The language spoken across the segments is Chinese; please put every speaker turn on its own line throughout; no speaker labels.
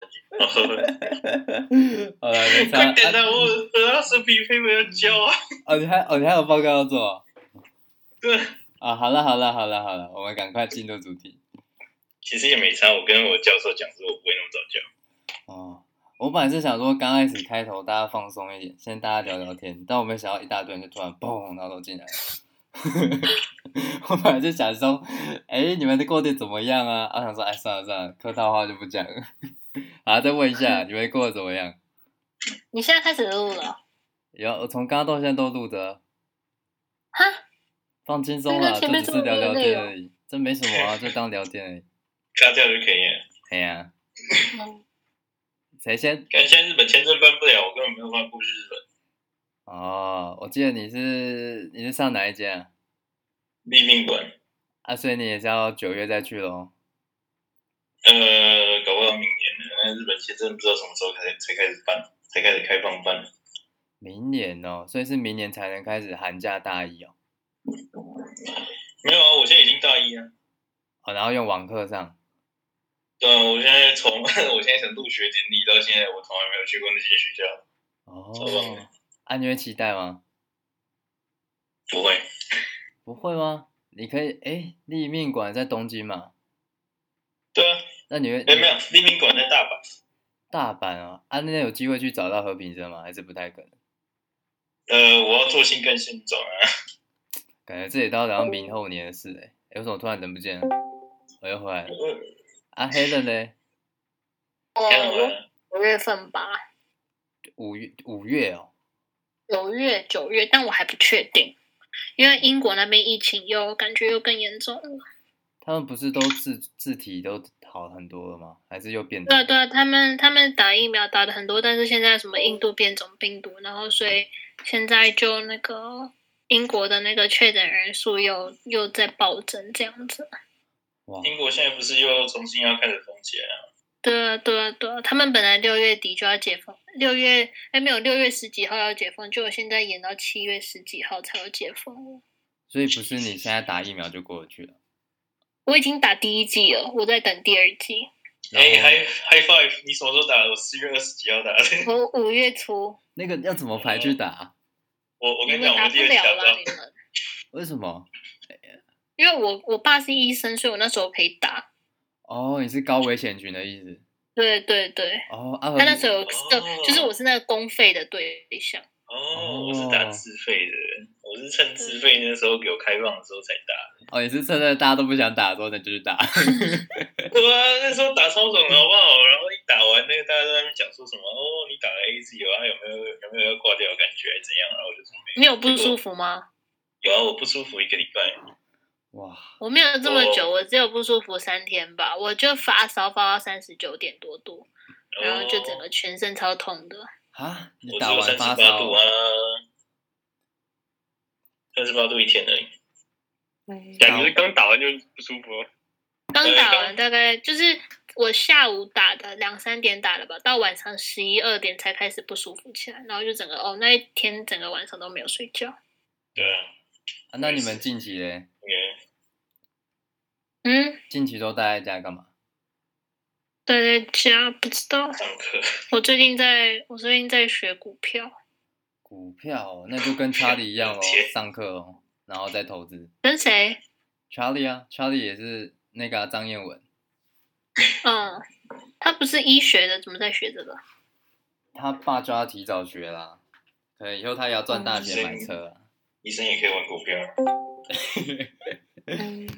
啊
好了，没 差。
快点
啊
的，我我要是匹配没有交啊！
哦，你还哦，你还有报告要做哦
对，
啊？好了，好了，好了，好了，我们赶快进入主题。
其实也没差。我跟我教授讲说，我不会那么早教。
哦，我本来是想说刚开始开头大家放松一点，先大家聊聊天，但我没想到一大堆人就突然嘣，然后都进来了。 我本来就想说，哎、你们的过得怎么样啊？啊，想说，哎，算了算了，客套话就不讲了。 啊，再问一下，你们过得怎么样？
你现在开始录了，
有，我从刚刚到现在都录着啊。
哈，
放轻松
对
啦，
那
就
前面
只
这
是
么
聊
多
聊
哦内
天
容
而已，这没什么啊，就当聊天而已。
他这样就可以了。
哎呀、
嗯，
谁先？
看现在日本签证办不了，我根本没有办法过去日本。
哦，我记得你是你是上哪一间啊？
立命馆，
啊，所以你也是要九月再去喽。
呃，搞不到明年了。那日本签证不知道什么时候开始才开始办，才开始开放办。
明年哦，所以是明年才能开始寒假大一哦。
没有啊，我现在已经大一啊。
哦，然后用网课上，
对啊，我现在从 我现在从入学典礼到现在，我从来没有去过那些学校。
哦
超棒的，
啊，你会期待吗？
不会，
不会吗？你可以，哎，立命馆在东京嘛？
对啊，
那你会
哎、没有，立命馆在大阪，
大阪啊？啊，那有机会去找到和平生吗？还是不太可能？
呃，我要坐新干线走啊。
感觉这也到然后明后年的事哎、欸，为什么突然人不见了？我又回来了
我
啊，Helen 呢？
看
我
完
嗯五月份吧，
五月五月哦，
九月九月，但我还不确定，因为英国那边疫情又感觉又更严重了。
他们不是都字字体都好很多了吗？还是又变多
对啊对啊，他们他们打疫苗打的很多，但是现在什么印度变种病毒，然后所以现在就那个英国的那个确诊人数又又在暴增这样子。
哇，
英国现在不是又重新要开始封起来了？
对啊，对啊，对啊，他们本来六月底就要解封，六月哎没有，六月十几号要解封，结果现在延到七月十几号才有解封。
所以不是你现在打疫苗就过得去了？
我已经打第一剂了，我在等第二剂，
然
哎、
后
还 High Five，你什么时候打的？我四月二十几号打的。
我五月初，
那个要怎么排去打啊、
我我
你
跟你
们
讲，
打
我
不
第二季打
了
不
啦，
到。
你们，
为什么？
因为我我爸是医生，所以我那时候陪打。
哦，你是高危险群的意思
对对对，
哦。啊，和
他那
平
时候有设
哦
就是我是那个公费的对象，
哦，我是打自费的，我是趁自费那时候有开放的时候才打。
哦，你是趁着大家都不想打的时候才就去 打。
对啊，那时候打超爽的好不好？然后一打完那个，大家都在那边讲说什么哦，你打了 A Z 有啊，有没有有没有要挂掉的感觉还是怎样？啊然后我就说没
你有不舒服吗？
有啊，我不舒服一个礼拜。
哇，
我没有这么
哦
久，我只有不舒服三天吧，我就发烧发到三十九点多度，然后就整
哦
个全身超痛的。
啊，哦你
我只
打
有
完
三十
发
八
烧哦
度啊，三十八度一天而已。哎
感觉是刚打完就不舒服了。
刚打完大概就是我下午打的，两三点打的吧，到晚上十一二点才开始不舒服起来，然后就整个哦那一天整个晚上都没有睡觉。
对啊，
啊？那你们近期嘞？
也
嗯，
近期都待在家干嘛？
待在家不知道。
上课。
我最近在我最近在学股票，
股票、哦，那就跟查理一样哦
天，
上课哦，然后再投资。
跟谁？
查理啊，查理也是那个啊张、彦文，
嗯，他不是医学的，怎么在学这个？
他爸叫他提早学啦，可能以后他也要
哦
赚大钱买车啊。
医生也可以玩股票，
嗯，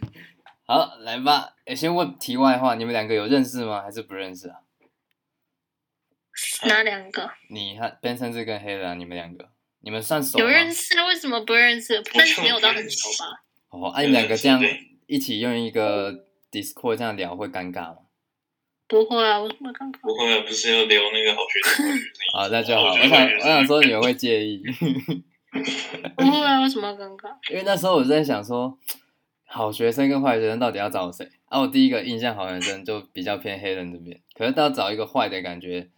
好，来吧，诶先问题外话，你们两个有认识吗？还是不认识啊？
哪两个？
你和 Ben 甚至跟黑人啊，你们两个，你们算熟吗？
有认识啊？为什么不认识？但是没有到很熟吧？
哦，啊，你们两个这样
有认识
一起用一个 Discord 这样聊会尴尬吗？
不会啊，我怎么刚刚？
不会啊，不是要聊那个好学生好学生
好，啊那就好。
我
我
觉得
想，
也
我
是
想说你们会介意。
不会啊，为什么刚刚？
因为那时候我在想说，好学生跟坏学生到底要找谁？啊，我第一个印象好学生就比较偏黑人这边，可是到找一个坏的感觉，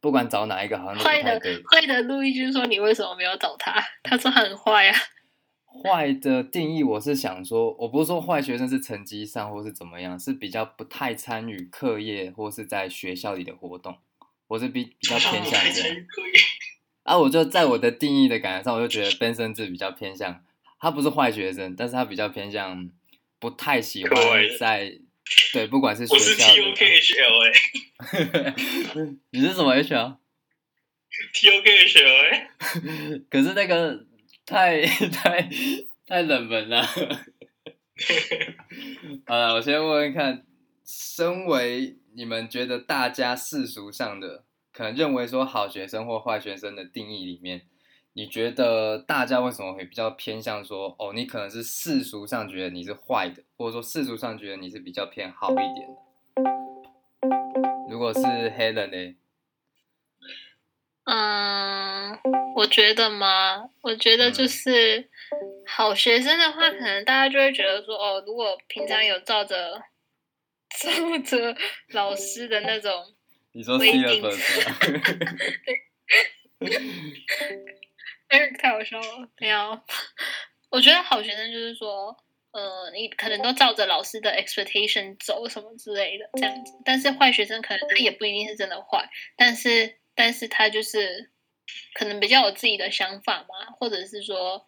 不管找哪一个好像都不
坏
太
的
对。
坏的，陆一君说你为什么没有找他？他说他很坏啊。
坏的定义，我是想说，我不是说坏学生是成绩上或是怎么样，是比较不太参与课业或是在学校里的活动，我是比比较偏向
哦
这样。啊，我就在我的定义的感觉上，我就觉 得 Ben 甚至比较偏向，他不是坏学生，但是他比较偏向不太喜欢
课外
在对，不管是学
我是
校
T O K
里
H L 哎
啊，你是什么 H 啊？
，T O K H L 哎，
哦 可是那个太太太冷门了。好了，我先问问看，身为你们觉得大家世俗上的可能认为说好学生或坏学生的定义里面，你觉得大家为什么会比较偏向说，哦，你可能是世俗上觉得你是坏的，或者说世俗上觉得你是比较偏好一点的？如果是 Helen 呢？
嗯，我觉得嘛，我觉得就
嗯
是好学生的话，可能大家就会觉得说，哦，如果平常有照着 照着老师的那种，
你说
不
C
一
的
定
粉丝啊？
哎，太好笑了，没有。我觉得好学生就是说，呃，你可能都照着老师的 expectation 走什么之类的这样子，但是坏学生可能他也不一定是真的坏，但是但是他就是可能比较有自己的想法嘛，或者是说，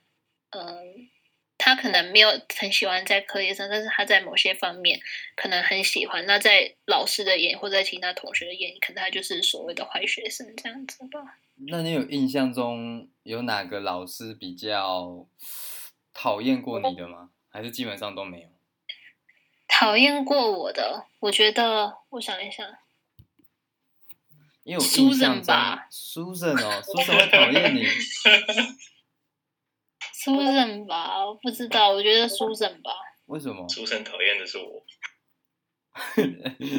嗯、他可能没有很喜欢在课业上，但是他在某些方面可能很喜欢。那在老师的眼或者在其他同学的眼里，可能他就是所谓的坏学生这样子吧。
那你有印象中有哪个老师比较讨厌过你的吗？还是基本上都没有？
讨厌过我的，我觉得，我想一想，
因为我印象
Susan
中
吧
，Susan 哦，Susan 会讨厌你。
苏轼吧，我不知道，我觉得苏轼吧，
为什么？
出生讨厌的是我，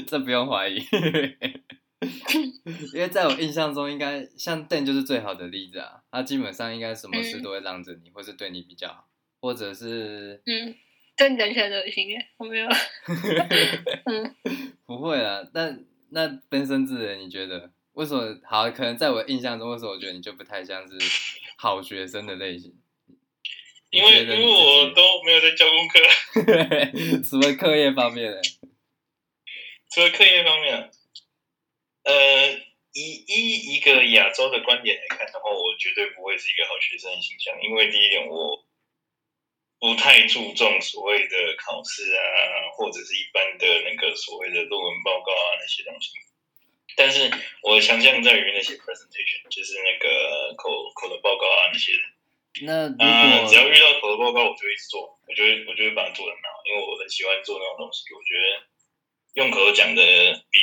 这不用怀疑， 因为在我印象中，应该像 Dan 就是最好的例子啊。他基本上应该什么事
嗯
都会让着你，或是对你比较好，或者是
嗯，但你讲起来都恶心耶，我没有， 嗯，
不会啦。但那奔生智人，你觉得为什么好？可能在我印象中，为什么我觉得你就不太像是好学生的类型？
因为
你觉
因
得
为
你
我
自
都没有在教功课，
己除了课业方面的，
除了课业方面啊，呃，以以一个亚洲的观点来看的话，我绝对不会是一个好学生的形象，因为第一点我不太注重所谓的考试啊，或者是一般的那个所谓的论文报告啊那些东西。但是我的强项在于那些 presentation，就是那个口口头报告啊那些的。
那如果、
啊，只要遇到口头报告，我就会一直做，我就会我就会把它做得很好，因为我很喜欢做那种东西。我觉得用口头讲的比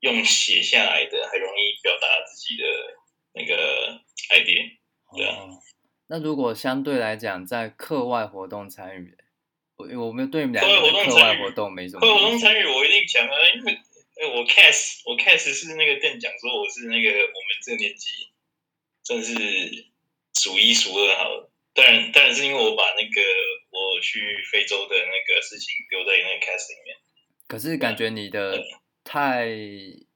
用写下来的还容易表达自己的那个 idea。对啊
哦，那如果相对来讲，在课外活动参与，我我们对你们两个的课
课
外
外
活
活
动没什么
会活动
印象。
参与我一定强啊，因为因为我 cast 我 cast 是那个店讲说我是那个我们这个年纪算是数一数二好了。当然，当然是因为我把那个我去非洲的那个事情丢在那个 cast 里面。
可是感觉你的太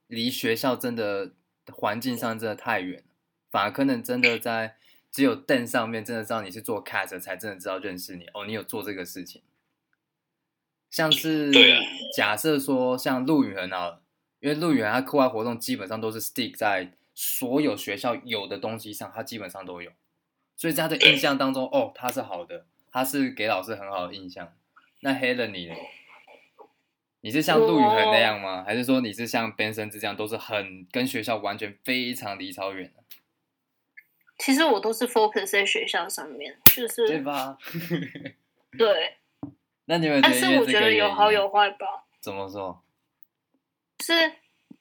离学校真的环境上真的太远了，反而可能真的在只有凳上面真的知道你是做 cast 才真的知道认识你哦，你有做这个事情。像是
对啊
假设说像陆宇恒好了，因为陆宇恒他课外活动基本上都是 stick 在所有学校有的东西上，他基本上都有，所以在他的印象当中，哦，他是好的，他是给老师很好的印象。那 Helen 你呢？你是像陆宇恒那样吗？还是说你是像 Benson 这样，都是很跟学校完全非常离超远的，
其实我都是 focus 在学校上面，就
对
是
吧？
对，
那你们
但
觉
是
得因
我
为这
觉
个
得
原
有
因
好有坏吧，
怎么说？
是，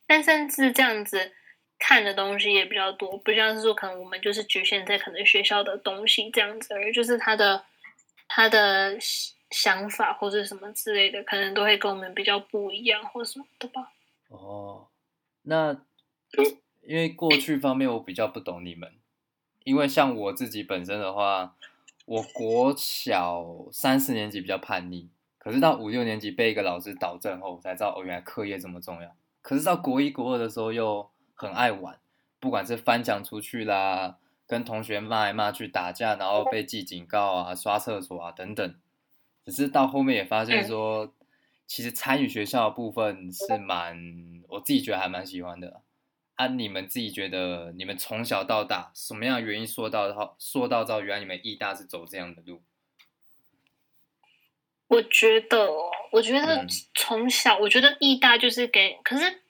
但甚至这样子看的东西也比较多，不像是说可能我们就是局限在可能学校的东西这样子而已，就是他的他的想想法或者什么之类的，可能都会跟我们比较不一样或什么的吧。
哦，那因为过去方面我比较不懂你们，因为像我自己本身的话，我国小三四年级比较叛逆，可是到五六年级被一个老师导正后，我才知道哦，原来课业这么重要。可是到国一国二的时候又很爱玩，不管是翻墙出去啦，跟同学骂来骂去、打架，然后被记警告啊、刷厕所啊等等。只是到后面也发
嗯
现说，其实参与学校的部分是蛮，我自己觉得还蛮喜欢的。啊，你们自己觉得你们从小到大什么样的原因说到到说到到，原来你们艺大是走这样的路？
我觉得哦，我觉得
嗯
从小，我觉得艺大就是给，可是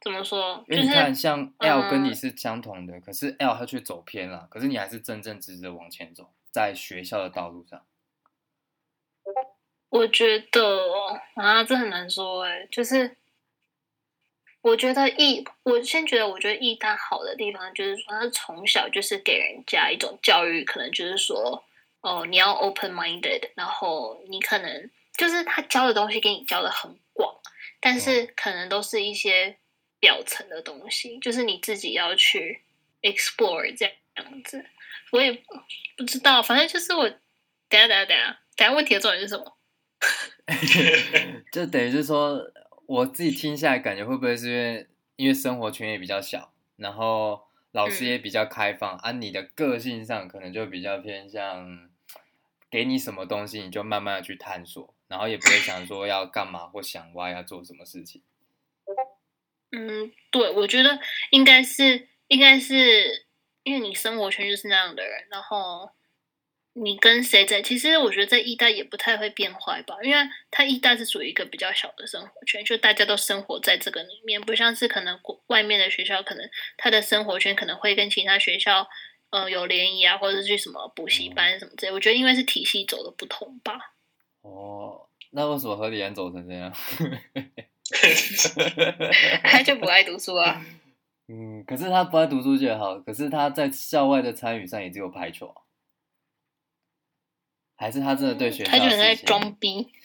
怎么说，
因
就
为你看，
是
像 L
嗯
跟你是相同的，可是 L 他却走偏了，可是你还是正正直直的往前走，在学校的道路上。
我觉得哦啊，这很难说哎、就是我觉得艺，我先觉得我觉得艺大好的地方就是说，他从小就是给人家一种教育，可能就是说，哦，你要 open minded，然后你可能就是他教的东西给你教的很广，但是可能都是一些表层的东西，就是你自己要去 explore 这样子。我也不知道，反正就是我，等一下等一下等一下等一下，问题的重点是什么？
就等于是说，我自己听下来感觉会不会是因为因为生活圈也比较小，然后老师
嗯
也比较开放、啊，你的个性上可能就比较偏向，给你什么东西你就慢慢的去探索，然后也不会想说要干嘛或想歪要做什么事情。
嗯，对，我觉得应该是，应该是因为你生活圈就是那样的人，然后你跟谁在，其实我觉得在意大也不太会变坏吧，因为他意大是属于一个比较小的生活圈，就大家都生活在这个里面，不像是可能国外面的学校，可能他的生活圈可能会跟其他学校呃有联谊啊，或者是去什么补习班什么之类，我觉得因为是体系走的不同吧。
哦，那为什么合理人走成这样？
他就不爱读书啊。
嗯，可是他不爱读书就好，可是他在校外的参与上也只有排球啊，还是他真嗯的对学校
他就很在
私心
装逼。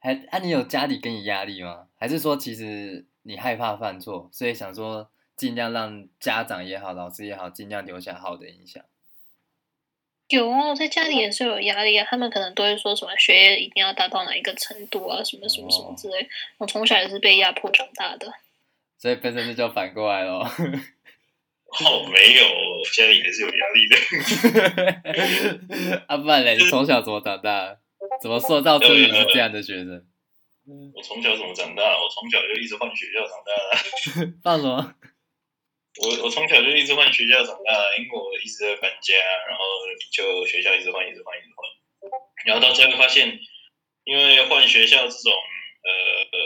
还啊，你有家里给你压力吗？还是说其实你害怕犯错，所以想说尽量让家长也好，老师也好，尽量留下好的印象？
有啊，我在家里也是有压力啊。他们可能都会说什么学业一定要达到哪一个程度啊，什么什么什么之类。我从小也是被压迫长大的。
所以本身这就反过来咯。
好没有哦，家里还是有压力的。
啊，不然嘞，你从小怎么长大的？怎么塑造出你是这样的学生？
我从小怎么长大？我从小就一直换学校长大的。
放什么？
我我从小就一直换学校长大的，因为我一直在搬家，然后就学校一直换，一直换，一直换。然后到最后发现，因为换学校这种呃呃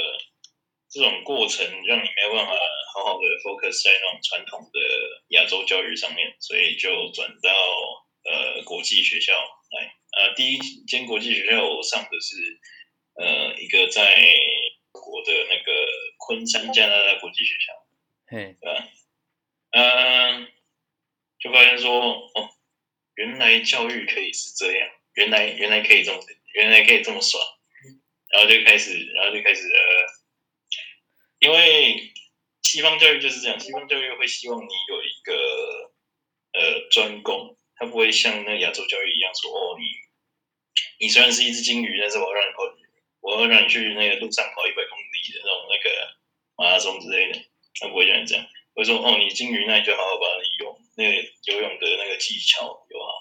这种过程，让你没有办法好好的 focus 在那种传统的亚洲教育上面，所以就转到呃国际学校来。呃，第一间国际学校我上的是呃一个在美国的那个昆山加拿大国际学校。
嘿，
嗯，就发现说，哦，原来教育可以是这样，原来原来可以这么，原来可以这么爽，然后就开始，然后就开始呃，因为西方教育就是这样，西方教育会希望你有一个呃专攻，它不会像那亚洲教育一样说，哦，你你虽然是一只金鱼，但是我要让你跑，我要让你去那个路上跑一百公里的那种那个马拉松之类的，它不会让你这样。我就说哦，你金鱼那你就好好把你泳那个游泳的那个技巧游好。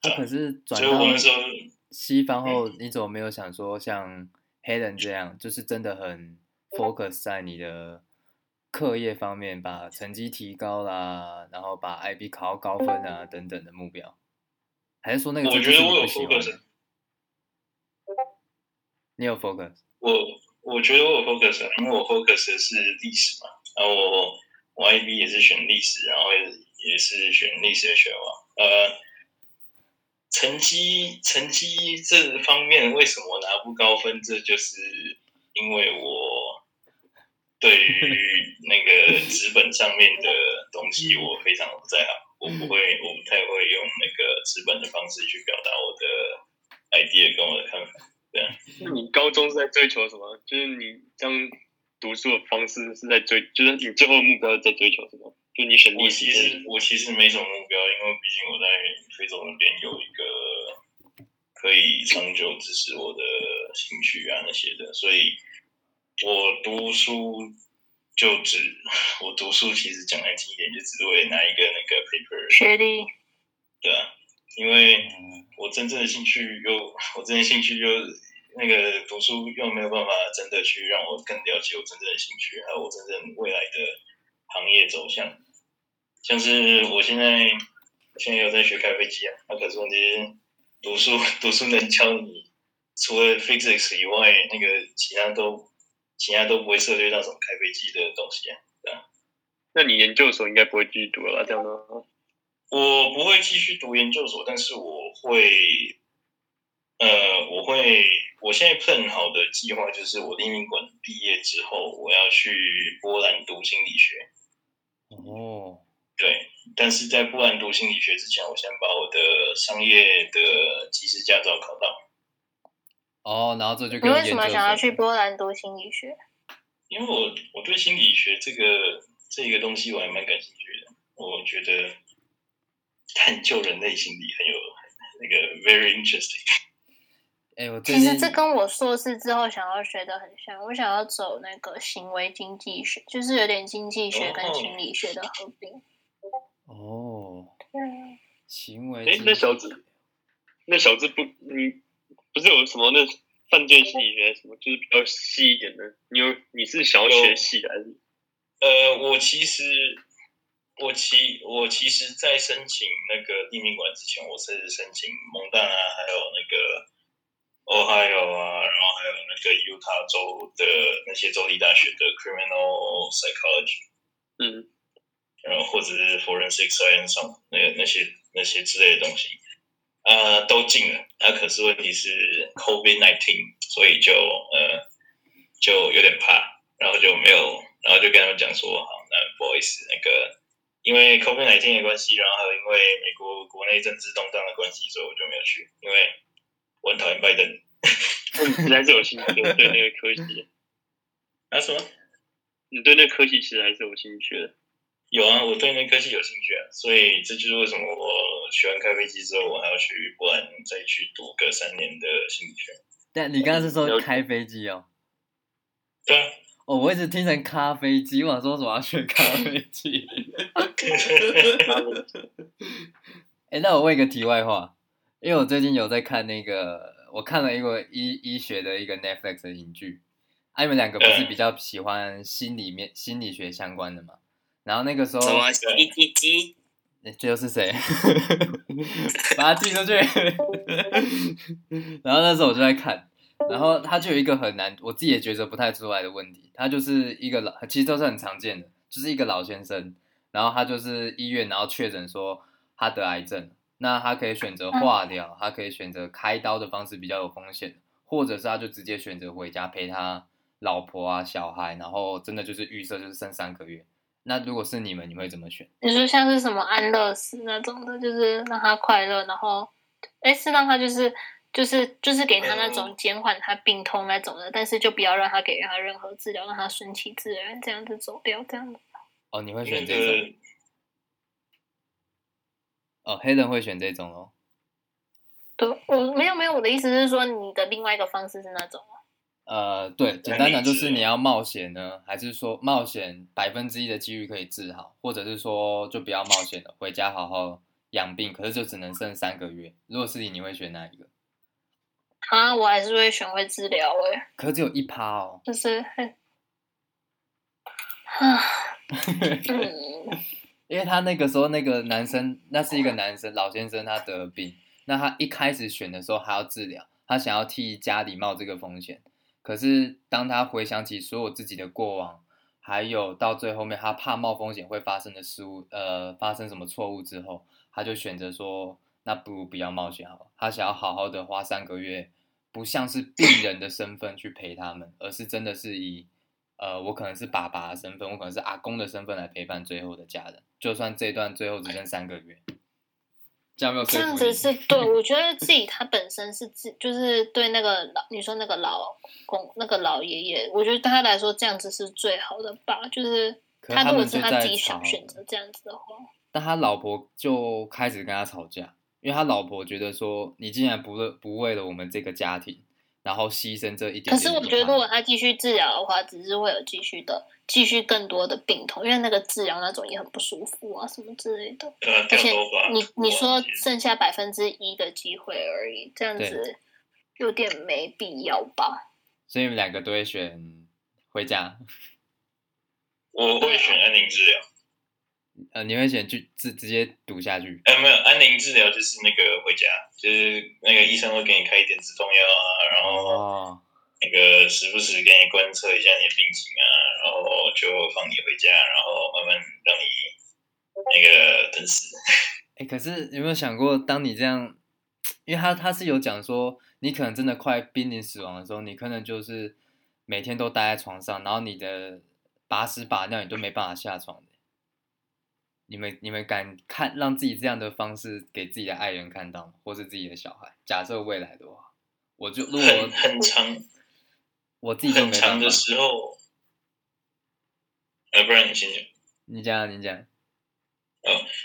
啊、可是转
所以我
到
那时候嗯
西方后，你怎么没有想说像黑人这样，就是真的很 focus 在你的课业方面，把成绩提高啦，然后把 IB 考高分啊等等的目标？还是说那个
我
真
觉
的是
得
你
我有
不喜欢
focus 啊
的？你有 focus？
我我觉得我有 focus，啊因为我 focus 的是历史嘛，然后我我 IB 也是选历史，然后也是选历史的学嘛，呃。成绩成绩这方面为什么拿不高分？这就是因为我对于那个纸本上面的东西我非常不在行，我不会，我不太会用那个纸本的方式去表达我的 idea 跟我的看法。
那你高中是在追求什么？就是你这样读书的方式是在追，就是你最后的目标是在追求什么？就你选
我
历史
其实我其实没什么目标，因为毕竟我在非洲那边有一个可以长久支持我的兴趣啊那些的，所以我读书就只 我读书其实讲难听一点，就只是为了拿一个那个 paper，
学历
对啊，因为
嗯，
我真正的兴趣又我真正的兴趣又那个读书又没有办法真的去让我更了解我真正的兴趣，还有我真正未来的行业走向。像是我现在现在有在学开飞机啊，那可是问题是读书读书能教你除了 physics 以外，那个其他都其他都不会涉猎到什么开飞机的东西啊。
那你研究所应该不会继续读了吧？这样的话，
我不会继续读研究所，但是我会，呃，我会，我现在 plan 好的计划就是，我电影馆毕业之后，我要去波兰读心理学。嗯
哦，
对，但是在波兰读心理学之前，我先把我的商业的技师驾照考到，
哦，然后这就
你
跟
为什么
研究
想要
生
去波兰读心理学？
因为我我对心理学这个这个东西我还蛮感兴趣的，我觉得探究人类心理很有那个 very interesting。
哎、我最
其实
近
这跟我硕士之后想要学的很像，我想要走那个行为经济学，就是有点经济学跟
哦
心理学的合并。
哦，
嗯，
行为
哎
经
那小
济
子那小智不，你不是有什么那犯罪心理学什么，就是比较细一点的？你有你是想要学细的还是？
呃，我其实我其我其实，在申请那个地名馆之前，我是申请蒙大拿，还有那个 Ohio 啊，然后还有那个 Utah 州的那些州立大学的 Criminal Psychology，
嗯，
然后或者是 Forensic Science 上那那些那些之类的东西，呃，都进了。那、可是问题是 COVID nineteen，所以就呃就有点怕，然后就没有，然后就跟他们讲说，好，那不好意思，那个因为 COVID nineteen 的关系，然后还有因为美国国内政治动荡的关系，所以我就没有去，因为我很讨厌拜登。
那你还是有兴趣的，对那个科系，
啊什么？
你对那个科系其实还是有兴趣的。
有啊，我对那科技有兴趣啊，所以这就是为什么我学完开飞机之后，我还要去波兰再去读个三年的心理学。
但你刚刚是说
了解
开飞机哦？
对啊，
哦，我一直听成咖啡机，我想说什么要学咖啡机？ 哎、那我问一个题外话，因为我最近有在看那个，我看了一个医医学的一个 Netflix 的影剧，啊，你们两个不是
嗯
比较喜欢心里面心理学相关的嘛？然后那个时候
什
哦
么
啊
一一鸡？
欸这又是谁？ 把他踢出去。 然后那时候我就在看，然后他就有一个很难，我自己也觉得不太出来的问题。他就是一个老，其实都是很常见的，就是一个老先生，然后他就是医院，然后确诊说他得癌症，那他可以选择化疗，他可以选择开刀的方式比较有风险，或者是他就直接选择回家陪他老婆啊、小孩，然后真的就是预设就是剩三个月。那如果是你们，你会怎么选？
你说像是什么安乐死那种的，就是让他快乐，然后，哎，是让他就是就是就是给他那种减缓他病痛那种的，但是就不要让他给他任何治疗，让他顺其自然这样子走掉，这样子。
哦，你会
那
选这种？
个
哦，黑人会选这种哦。
对，我没有没有，我的意思是说，你的另外一个方式是那种，
呃，对，简
很
单
理
讲就
智
是你要冒险呢，还是说冒险百分之一的几率可以治好，或者是说就不要冒险了，回家好好养病，可是就只能剩三个月。如果是你，你会选哪一个？
啊，我还是会选会治疗诶、哎
可是只有一趴哦。
就是很， 啊，嗯。
因为他那个时候那个男生，那是一个男生老先生，他得了病。那他一开始选的时候还要治疗，他想要替家里冒这个风险。可是当他回想起所有自己的过往，还有到最后面他怕冒风险会发生的失误，呃，发生什么错误之后，他就选择说，那不如不要冒险好了。他想要好好的花三个月，不像是病人的身份去陪他们，而是真的是以呃，我可能是爸爸的身份，我可能是阿公的身份来陪伴最后的家人，就算这一段最后只剩三个月，这样没有说
这
服
样子
力
是对，我觉得自己他本身是自，就是对那个老，你说那个老公那个老爷爷，我觉得对他来说这样子是最好的吧，就是
可是
如果
们
是
就
他
在
自己
吵
想，选择这样子的话，
但他老婆就开始跟他吵架，因为他老婆觉得说，你竟然不为不为了我们这个家庭，然后牺牲这一点点
可是我觉得，
遗
如
憾
果他继续治疗的话，只是会有继续的、继续更多的病痛，因为那个治疗那种也很不舒服啊，什么之类的。
对啊，
而
掉
且
头发。
你你说
哇
剩下百分之一的机会而已，这样子有点没必要吧？
所以你们两个都会选回家，
我会选安宁治疗。
呃，你会选去直直接读下去，
哎，没有安宁治疗就是那个回家，就是那个医生会给你开一点止痛药啊，然后
哦，
那个时不时给你观测一下你的病情啊，然后就放你回家，然后慢慢让你那个等死。
哎、可是有没有想过，当你这样，因为他他是有讲说，你可能真的快濒临死亡的时候，你可能就是每天都待在床上，然后你的把屎把尿你都没办法下床的。你们你们敢看让自己这样的方式给自己的爱人看到吗，或是自己的小孩？假设未来的话，我就如果
很很长
我自己就
很
没办
长
法
的，时候，呃，不然你先讲。
你讲啊你讲，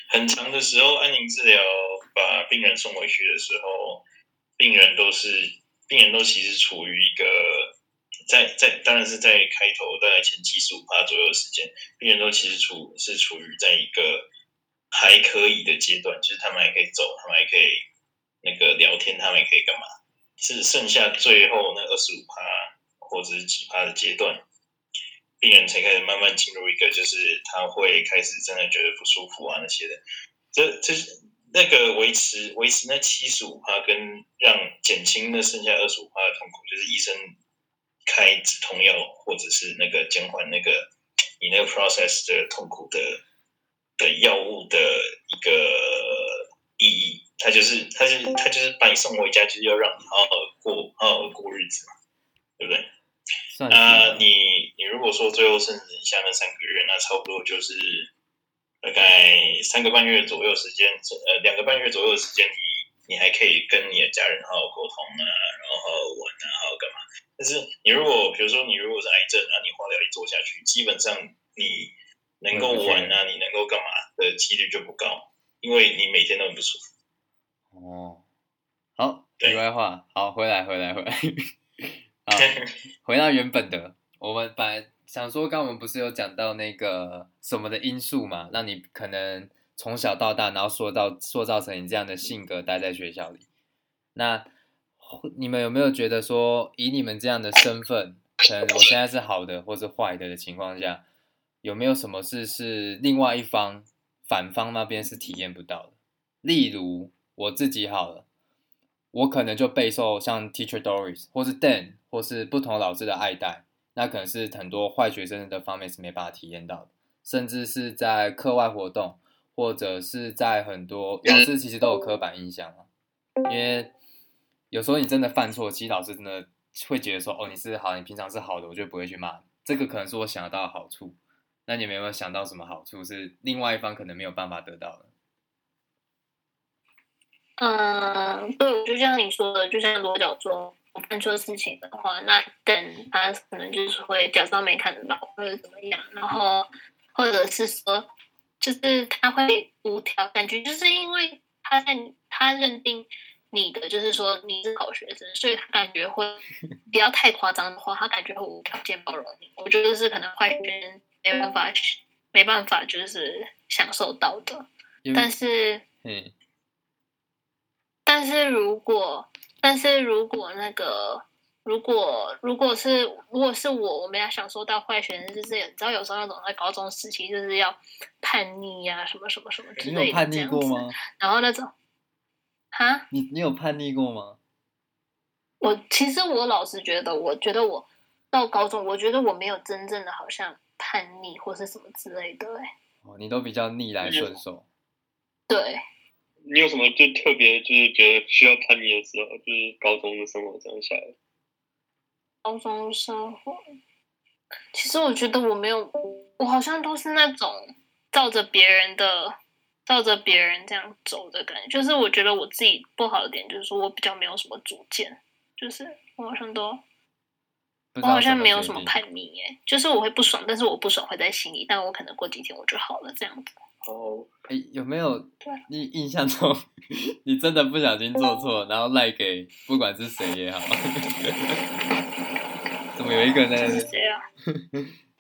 很长的时候，安啊宁治疗把病人送回去的时候，病人都是病人都其实处于一个在在当然是在开头大概前七十五趴左右的时间，病人都其实处是处于在一个还可以的阶段，就是他们还可以走，他们还可以那个聊天，他们还可以干嘛？是剩下最后那二十五趴或者是几趴的阶段，病人才开始慢慢进入一个，就是他会开始真的觉得不舒服啊那些的。这这是那个维持维持那七十五趴，跟让减轻那剩下二十五趴的痛苦，就是医生开止痛药或者是那个减缓那个你那个 process 的痛苦的的药物的一个意义。他就是他就是他就是把你送回家，就是要让你好好地过好好地过日子嘛，对不对？
算是
那
吧
你你如果说最后剩下那三个月，那差不多就是大概三个半月左右时间，呃，两个半月左右的时间，你你还可以跟你的家人好好沟通啊，然后好好玩啊，好好干嘛。但是你如果比如说你如果是癌症，那你化疗一做下去，基本上你能够玩啊，你能够干嘛的几率就不高，因为你每天都很不舒服。
哦，好，
对
题外话，好，回来，回来，回来， 好，回到原本的，我们本来想说，刚刚我们不是有讲到那个什么的因素嘛，让你可能从小到大，然后塑造塑造成你这样的性格，待在学校里。那你们有没有觉得说，以你们这样的身份，可能我现在是好的或是坏的的情况下，有没有什么事是另外一方反方那边是体验不到的？例如我自己好了，我可能就备受像 Teacher Doris 或是 Dan 或是不同老师的爱戴，那可能是很多坏学生的方面是没办法体验到的，甚至是在课外活动或者是在很多老师其实都有刻板印象嘛，因为有时候你真的犯错，其实老师真的会觉得说，哦，你是好，你平常是好的，我就不会去骂你。这个可能是我想得到的好处。那你们有没有想到什么好处是另外一方可能没有办法得到的？
嗯，对，就像你说的，就像罗角说，我犯错事情的话，那等他可能就是会假装没看到或者怎么样，然后或者是说，就是他会无条，感觉就是因为他在他认定你的就是说你是好学生，所以他感觉会不要太夸张的话，他感觉会无条件包容你。我觉得是可能坏学生没办法没办法就是享受到的，
因为
但是。
嗯，
但是如果，但是如果那个，如果如果是如果是我，我们要享受到坏学生是这样，你知道有时候那种在高中时期就是要叛逆呀、什么什么什么之
你
类
有
的
叛
这
逆
样
过
子，
吗？
然后那种，哈，
你你有叛逆过吗？
我其实我老实觉得，我觉得我到高中，我觉得我没有真正的好像叛逆或是什么之类的、欸，
哦，你都比较逆来顺受。
对，
你有什么就特别就是觉得需要叛逆的时候，就是高中的生活这样下来，
高中生活，其实我觉得我没有，我好像都是那种照着别人的，照着别人这样走的感觉。就是我觉得我自己不好的点，就是说我比较没有什么主见，就是我好像都，
不知
嗯我
道
好像
怎
没有
决
什么
定
叛逆耶。就是我会不爽，但是我不爽会在心里，但我可能过几天我就好了这样子。
哦，
哎、有没有你印象中 你真的不小心做错，然后赖给不管是谁也好？ 怎么有一个人在那
是
边？
这样。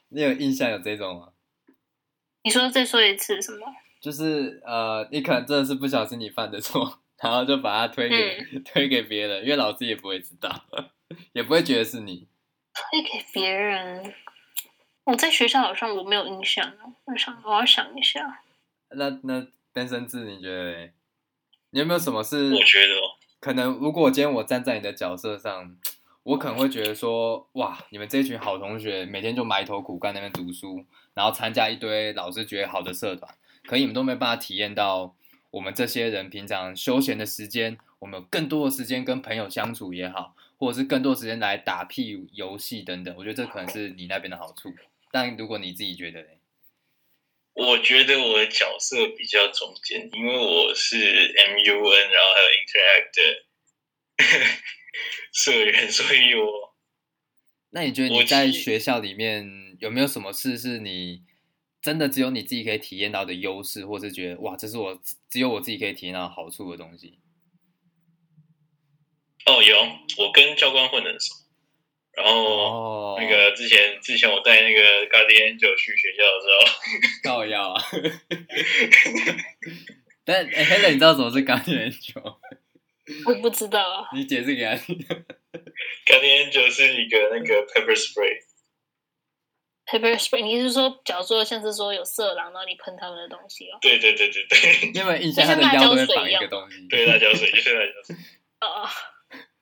你有印象有这种吗？
你说再说一次什么？
就是呃，你可能真的是不小心你犯的错， 然后就把它推给、 推给别人，因为老师也不会知道，也不会觉得是你。
推给别人？我在学校好像我没有印象哦，我想我要想一下。
那那单身志，你觉得嘞？你有没有什么 是？
我觉得哦，
可能如果今天我站在你的角色上，我可能会觉得说，哇，你们这群好同学每天就埋头苦干那边读书，然后参加一堆老师觉得好的社团，可你们都没办法体验到我们这些人平常休闲的时间，我们有更多的时间跟朋友相处也好，或者是更多的时间来打屁游戏等等。我觉得这可能是你那边的好处，但如果你自己觉得嘞，
我觉得我的角色比较中间，因为我是 MUN，然后还有 Interact 的社员， 所以我
那你觉得
我
你
其
在学校里面有没有什么事是你真的只有你自己可以体验到的优势，或是觉得哇，这是我只有我自己可以体验到的好处的东西？
哦有，我跟教官混得很熟，然后。
哦，
那个之前之前我带那个 Guardian 九去学校的时候，
高腰啊！但 h e l e n 你知道什么是钢铁人球？
我不知道啊，
你解释给他听。
Guardian 九是一个那个 Pepper Spray，
paper spray，你是说，假如说像是说有色狼，然后你喷他们的东西哦？
对对对对对，
你有没有印象他的腰都会绑一个东西？
对辣椒水就是辣椒水。
哦，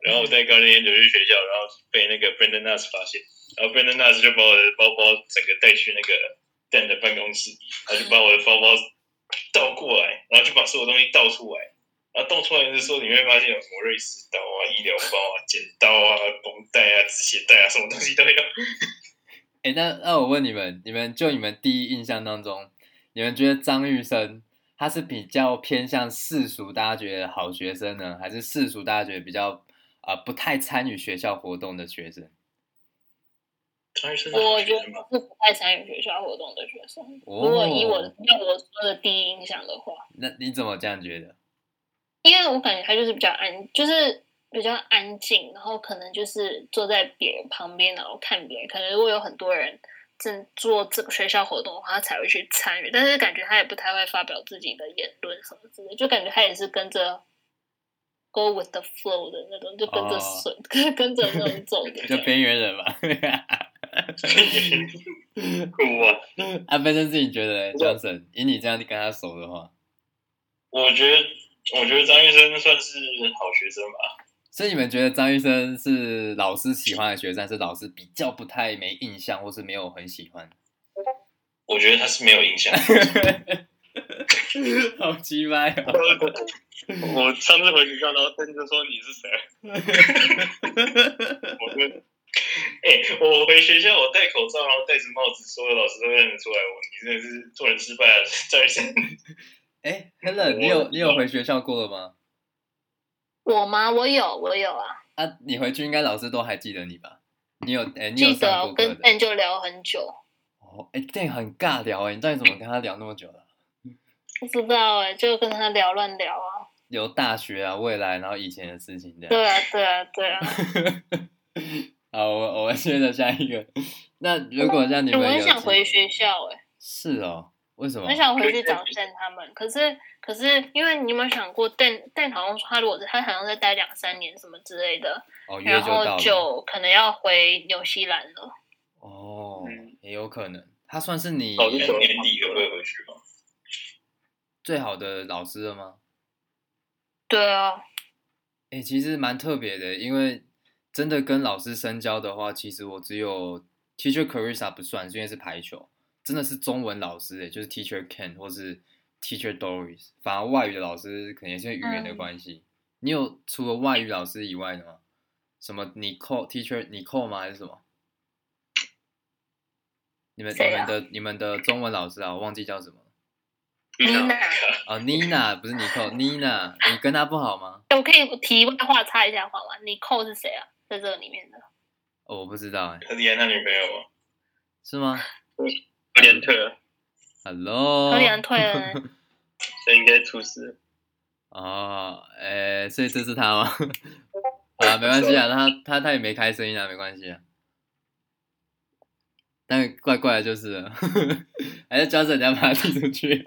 然后我带高年研究去学校，然后被那个 Brandon Nuss 发现，然后 Brandon Nuss 就把我的包包整个带去那个 Dan 的办公室，他就把我的包包倒过来，然后就把所有东西倒出来，然后倒出来的时候，你会发现有什么瑞士刀啊、医疗包啊、剪刀啊、绷带啊、止血带啊，什么东西都有。
哎、那那我问你们，你们就你们第一印象当中，你们觉得张玉生他是比较偏向世俗大家觉得好学生呢，还是世俗大家觉得比较啊、呃不太参与学校活动的学生？
张医生，
我觉得我是啊不太参与学校活动的学生。
哦
如果以我的要我说的第一印象的话，
那你怎么这样觉得？
因为我感觉他就是比较安，就是比较安静，然后可能就是坐在别人旁边，然后看别人。可能如果有很多人正做这个学校活动的话，他才会去参与。但是感觉他也不太会发表自己的言论什么之类，就感觉他也是跟着 go with the flow 的那种，就跟着
哦
水，跟跟着那种走的
就
这样。
边缘人嘛。
哇，
啊，本身自己觉得，Johnson，以你这样跟他熟的话，
我觉得，我觉得张医生算是好学生吧。
所以你们觉得张玉生是老师喜欢的学生，还是老师比较不太没印象，或是没有很喜 欢？
我觉得他是没有印象。
好奇怪哦！
我上次回学校，然后邓就说你是谁，我就
哎、我回学校，我戴口罩，然后戴着帽子，所有老师都认得出来我。你真的是做人失败了，张医生。
哎，Helen，你有你有回学校过了吗？
我吗？我有，我有啊，
啊，你回去应该老师都还记得你吧？你有哎，你有
记得
上
啊
过
我
课
跟
的？
Ben 就聊很久。
哦，哎，这很尬聊哎，你到底怎么跟他聊那么久了？
不知道哎、就跟他聊乱聊啊。
有大学啊，未来，然后以前的事情这样。
对啊，对啊，对啊。
好，我我们接着下一个。那如果 让你
哎我
们
很
有
想
机
回学校哎、
是哦，为什么
很？想回去找 Dan 他们。可是，可是，因为你有没有想过，Dan Dan 好像说他如果是他好像再待两三年什么之类的，
哦，约
然
就到
后
了。
就可能要回纽西兰了。
哦
嗯，
也有可能，他算是你
早就
那年底有会回去吗？
最好的老师了吗？
对啊，
哎、其实蛮特别的，因为真的跟老师深交的话，其实我只有 Teacher Carissa 不算，因为是排球，真的是中文老师，哎，就是 Teacher Ken 或是 Teacher Doris，反而外语的老师可能也是因为语言
嗯
的关系。你有除了外语老师以外的吗？什么 Nicole Teacher Nicole 吗？还是什么？你们、你
谁
们
啊
的你们的中文老师啊，我忘记叫什么了
妮娜，
哦，Nina 不是 Nicole，Nina，你跟她不好吗？
哎我可以题外话插一下话吗？你扣是谁啊？在这里面的
哦，我不知道哎，
他是演他女朋友吗？
是吗？
有点特，
Hello，
何然退了呢，
这应该出事了。
哦，诶，所以这是他吗？ 啊，没关系啊，他他他也没开声音啊，没关系啊。但怪怪的就是了， 哎还是教着人家把他踢出去。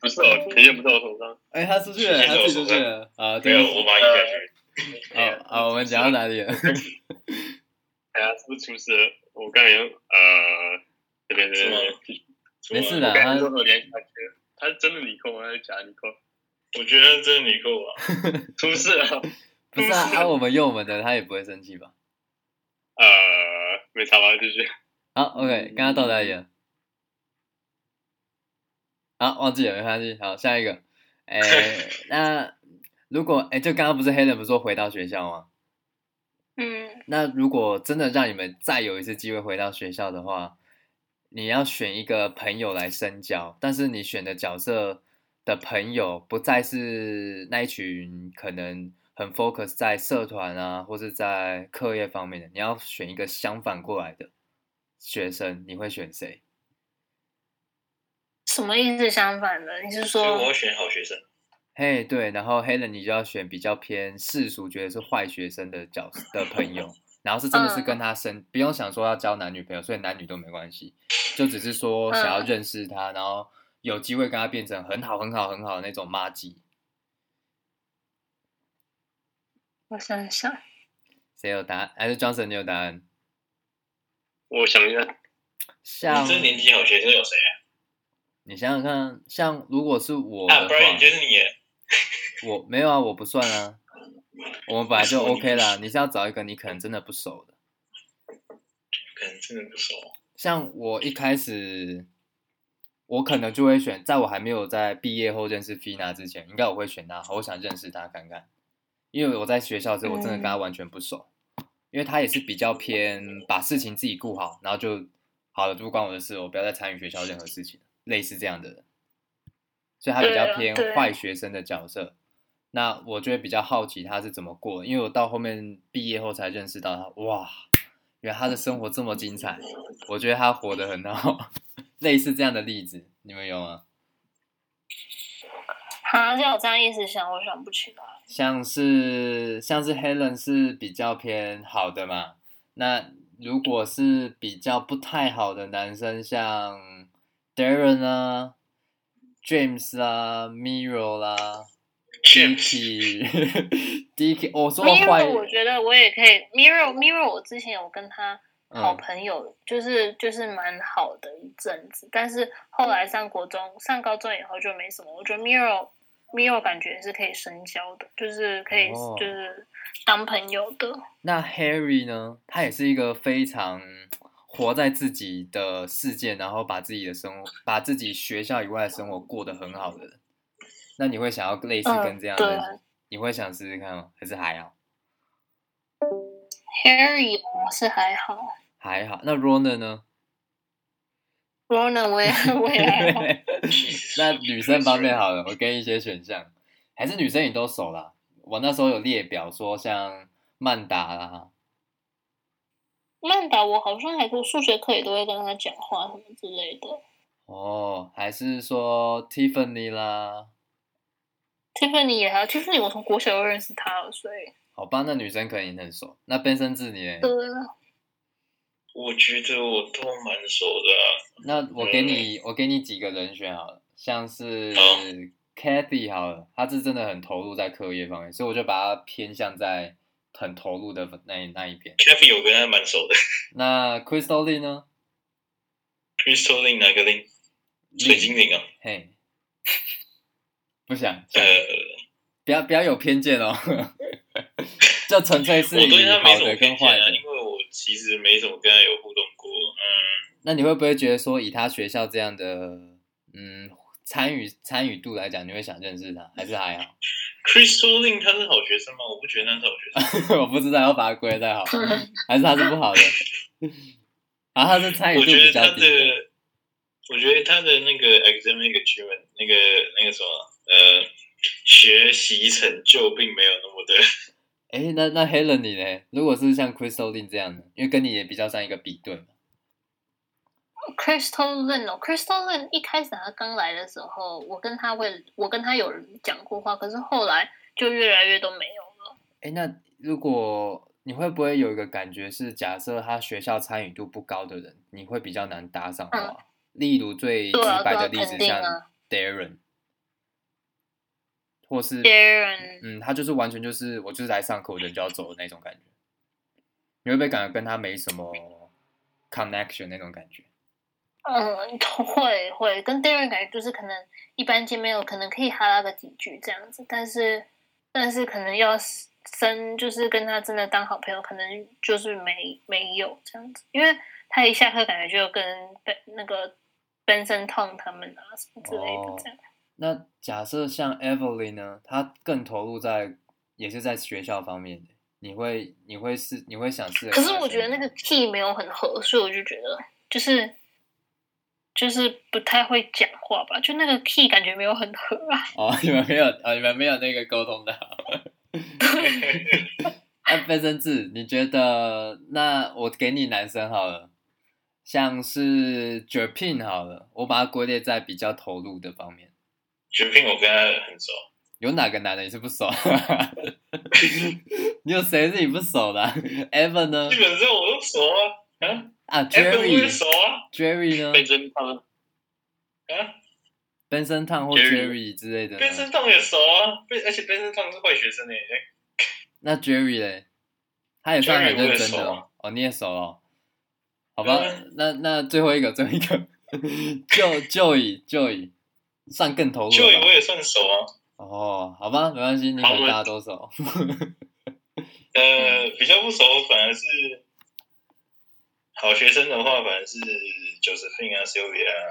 不是哦，肯定不在我手上。
哎、他出去了，他自己出去了。啊，
没
对
有，
不起，
我把你下去。
啊啊，我们讲到哪里了？
哎呀，是不是出事了？我刚才有呃，这边这
是吗
边，继续
没事
我
的，
刚
他
才说二连下去了，他是真的你扣吗？还是假的你扣？
我觉得这是你扣啊，
出事了，
不是啊，啊，我们用我们的，他也不会生气吧？
呃，没查吧，就是
好，OK，刚刚到哪里了？啊，忘记了，没关系。好，下一个。哎、那如果哎、就刚刚不是黑人不是说回到学校吗？
嗯，
那如果真的让你们再有一次机会回到学校的话，你要选一个朋友来深交，但是你选的角色的朋友不再是那一群可能很 focus 在社团啊，或是在课业方面的，你要选一个相反过来的学生，你会选谁？
什么意思相反的？你是
所以我
说
要选好学生。
嘿、对，然后黑人你就要选比较偏世俗，觉得是坏学生的角的朋友，然后是真的是跟他生，不用想说要交男女朋友，所以男女都没关系，就只是说想要
嗯
认识他，然后有机会跟他变成很好、很好、很好的那种妈鸡。
我想想，
谁有答案？还是 Johnson 你有答案？
我想一下，
像
你这年纪好学生有谁啊
你想想看，像如果是我
啊？
的
啊，
话
不，然你就是你耶。
我没有啊，我不算 啊，我们本来就
为什么你
OK 啦。你是要找一个你可能真的不熟的。
可能真的不熟。
像我一开始，我可能就会选，在我还没有在毕业后认识 Fina 之前，应该我会选她，我想认识她看看，因为我在学校的时候我真的跟她完全不熟，因为她也是比较偏把事情自己顾好，然后就好了，就不关我的事，我不要再参与学校任何事情，类似这样的人，所以她比
对
较
啊
偏
对
坏学生的角色。那我就会比较好奇她是怎么过的，因为我到后面毕业后才认识到她，哇，原来她的生活这么精彩。我觉得他活得很好， 类似这样的例子，你们有吗？
啊，要我这样一直想，我想不起来。
像是像是 Helen 是比较偏好的嘛，那如果是比较不太好的男生，像 Darren 啊、James 啊、Miro 啦、
James，
Dicky、Dicky，我哦说到
Miro，
坏，
我觉得我也可以。Miro，Miro，我之前有跟他好
嗯，
朋友，就是就是蛮好的一阵子，但是后来上国中、上高中以后就没什么。我觉得 Miro Miro 感觉是可以深交的，就是可以、
哦
就是当朋友的。
那 Harry 呢？他也是一个非常活在自己的世界，然后把自己的生活、把自己学校以外的生活过得很好的人。那你会想要类似跟
嗯，
这样
对
的？你会想试试看吗？还是还好？
，Harry 我是还好
还好。那 Rona 呢？
，Rona 我也我也还好。
那女生方面好了，我给你一些选项，还是女生你都熟啦。我那时候有列表说像曼达啦，
曼达我好像还是数学课也都会跟他讲话什么之类的。
哦，还是说 Tiffany 啦。
Tiffany 也还好，Tiffany 我从国小就认识他了，所以
好吧，那女生可能也很熟。那变身自你嘞？
对。
我觉得我都蛮熟的啊、
那我给你，我给你几个人选好了，像是
嗯好
Kathy 好了，她是真的很投入在课业方面，所以我就把她偏向在很投入的那一那一边。
Kathy 我跟他蛮熟的。
那 Crystal Lee 呢？
Crystal Lin 哪个 Lin？水精灵啊。
嘿，不想，想
呃，
不要不要有偏见哦， 就纯粹是
我
以
对他没
好
什么
的
偏见
跟坏
啊，
的。
因为我其实没怎么跟他有互动过。嗯，
那你会不会觉得说，以他学校这样的嗯参与参与度来讲，你会想认识他，还是还好？
Crystal Lin 他是好学生吗？我不觉得他是好学生。
我不知道要把它归类在好，还是他是不好的？ 然后他是参与
我
度
觉
比
得
较
他
低的，
的，我觉得他的那个 academic achievement，那个那个什么，呃，学习成就并没有那 么的。
哎，那那 Helen 你呢？如果是像 Crystal Lin 这样的，因为跟你也比较像一个比对嘛，
Crystal Lin 哦，Crystal Lin 一开始他刚来的时候，我跟他会，我跟他有人讲过话，可是后来就越来越都没有了。
哎，那如果你会不会有一个感觉是，假设他学校参与度不高的人，你会比较难搭上话？
嗯
例如最直
对啊
白
对啊
的例子，
肯定
像
啊
Darren，或是
Darren，
嗯，他就是完全就是我就是来上课，我人就要走的那种感觉。你会不会感觉跟他没什么 connection 那种感觉？
嗯，会会跟 Darren 感觉就是可能一般见面，我可能可以哈拉个几句这样子，但是但是可能要深就是跟他真的当好朋友，可能就是没没有这样子，因为他一下课感觉就跟 Ben 那个 Benson Tong 他们啊什么之类
哦
的这样。
那假设像 Evelyn 呢，她更投入在也是在学校方面的，你会你会试你会想试着
可
跟她
是
相处吗？
我觉得那个 key 没有很合，所以我就觉得就是就是不太会讲话吧，就那个 key 感觉没有很合啊。
哦， 你们没有哦，你们没有那个沟通的啊好。那贝生志，你觉得那我给你男生好了，像是 Japin 好了，我把它归类在比较投入的方面，
绝聘我跟他很熟，
有哪个男的你是不熟？ 你有谁是你不熟的、Evan 呢
基？本上我都熟啊，啊
啊
，F 我也
，Jerry，Jerry
熟啊，
呢
被侦探
啊，
？Ben 生烫或
Jerry
Jerry 之类的呢。
贝森烫也熟啊，贝而且贝森烫是坏学生欸诶，
那 Jerry 嘞，他也算很
Jerry 我也
认真的
熟
哦
啊，
哦你也熟哦，好吧，
嗯
那那最后一个，最后一个，就就以就以算更投入
就
了
我
吧。
也算熟啊，
哦，好吧，没关系，你可
好
能
我
大家都熟。
呃，比较不熟反而是好学生的话，反而是 Josephine 啊、Sylvia 啊，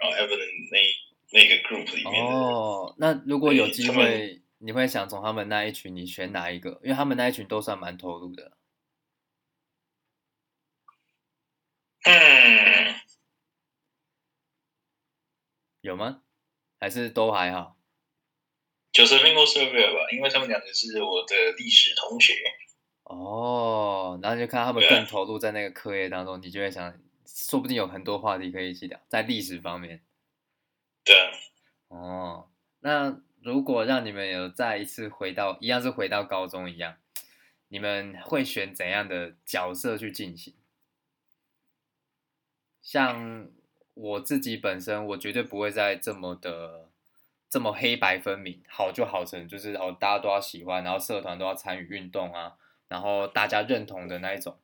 然后 Evelyn 那一那个 group 里面的人。
哦，那如果有机
他们
会，你会想从他们那一群你选哪一个？因为他们那一群都算蛮投入的。
嗯，
有吗？还是都还好？
Josephine 或 Sylvia 吧，因为他们两个是我的历史同学。
哦，然后就看他们
对啊
更投入在那个课业当中，你就会想，说不定有很多话题可以一起聊，在历史方面。
对啊，
哦，那如果让你们有再一次回到，一样是回到高中一样，你们会选怎样的角色去进行？像我自己本身，我绝对不会再这么的这么黑白分明，好就好成就是哦，大家都要喜欢，然后社团都要参与运动啊，然后大家认同的那一种。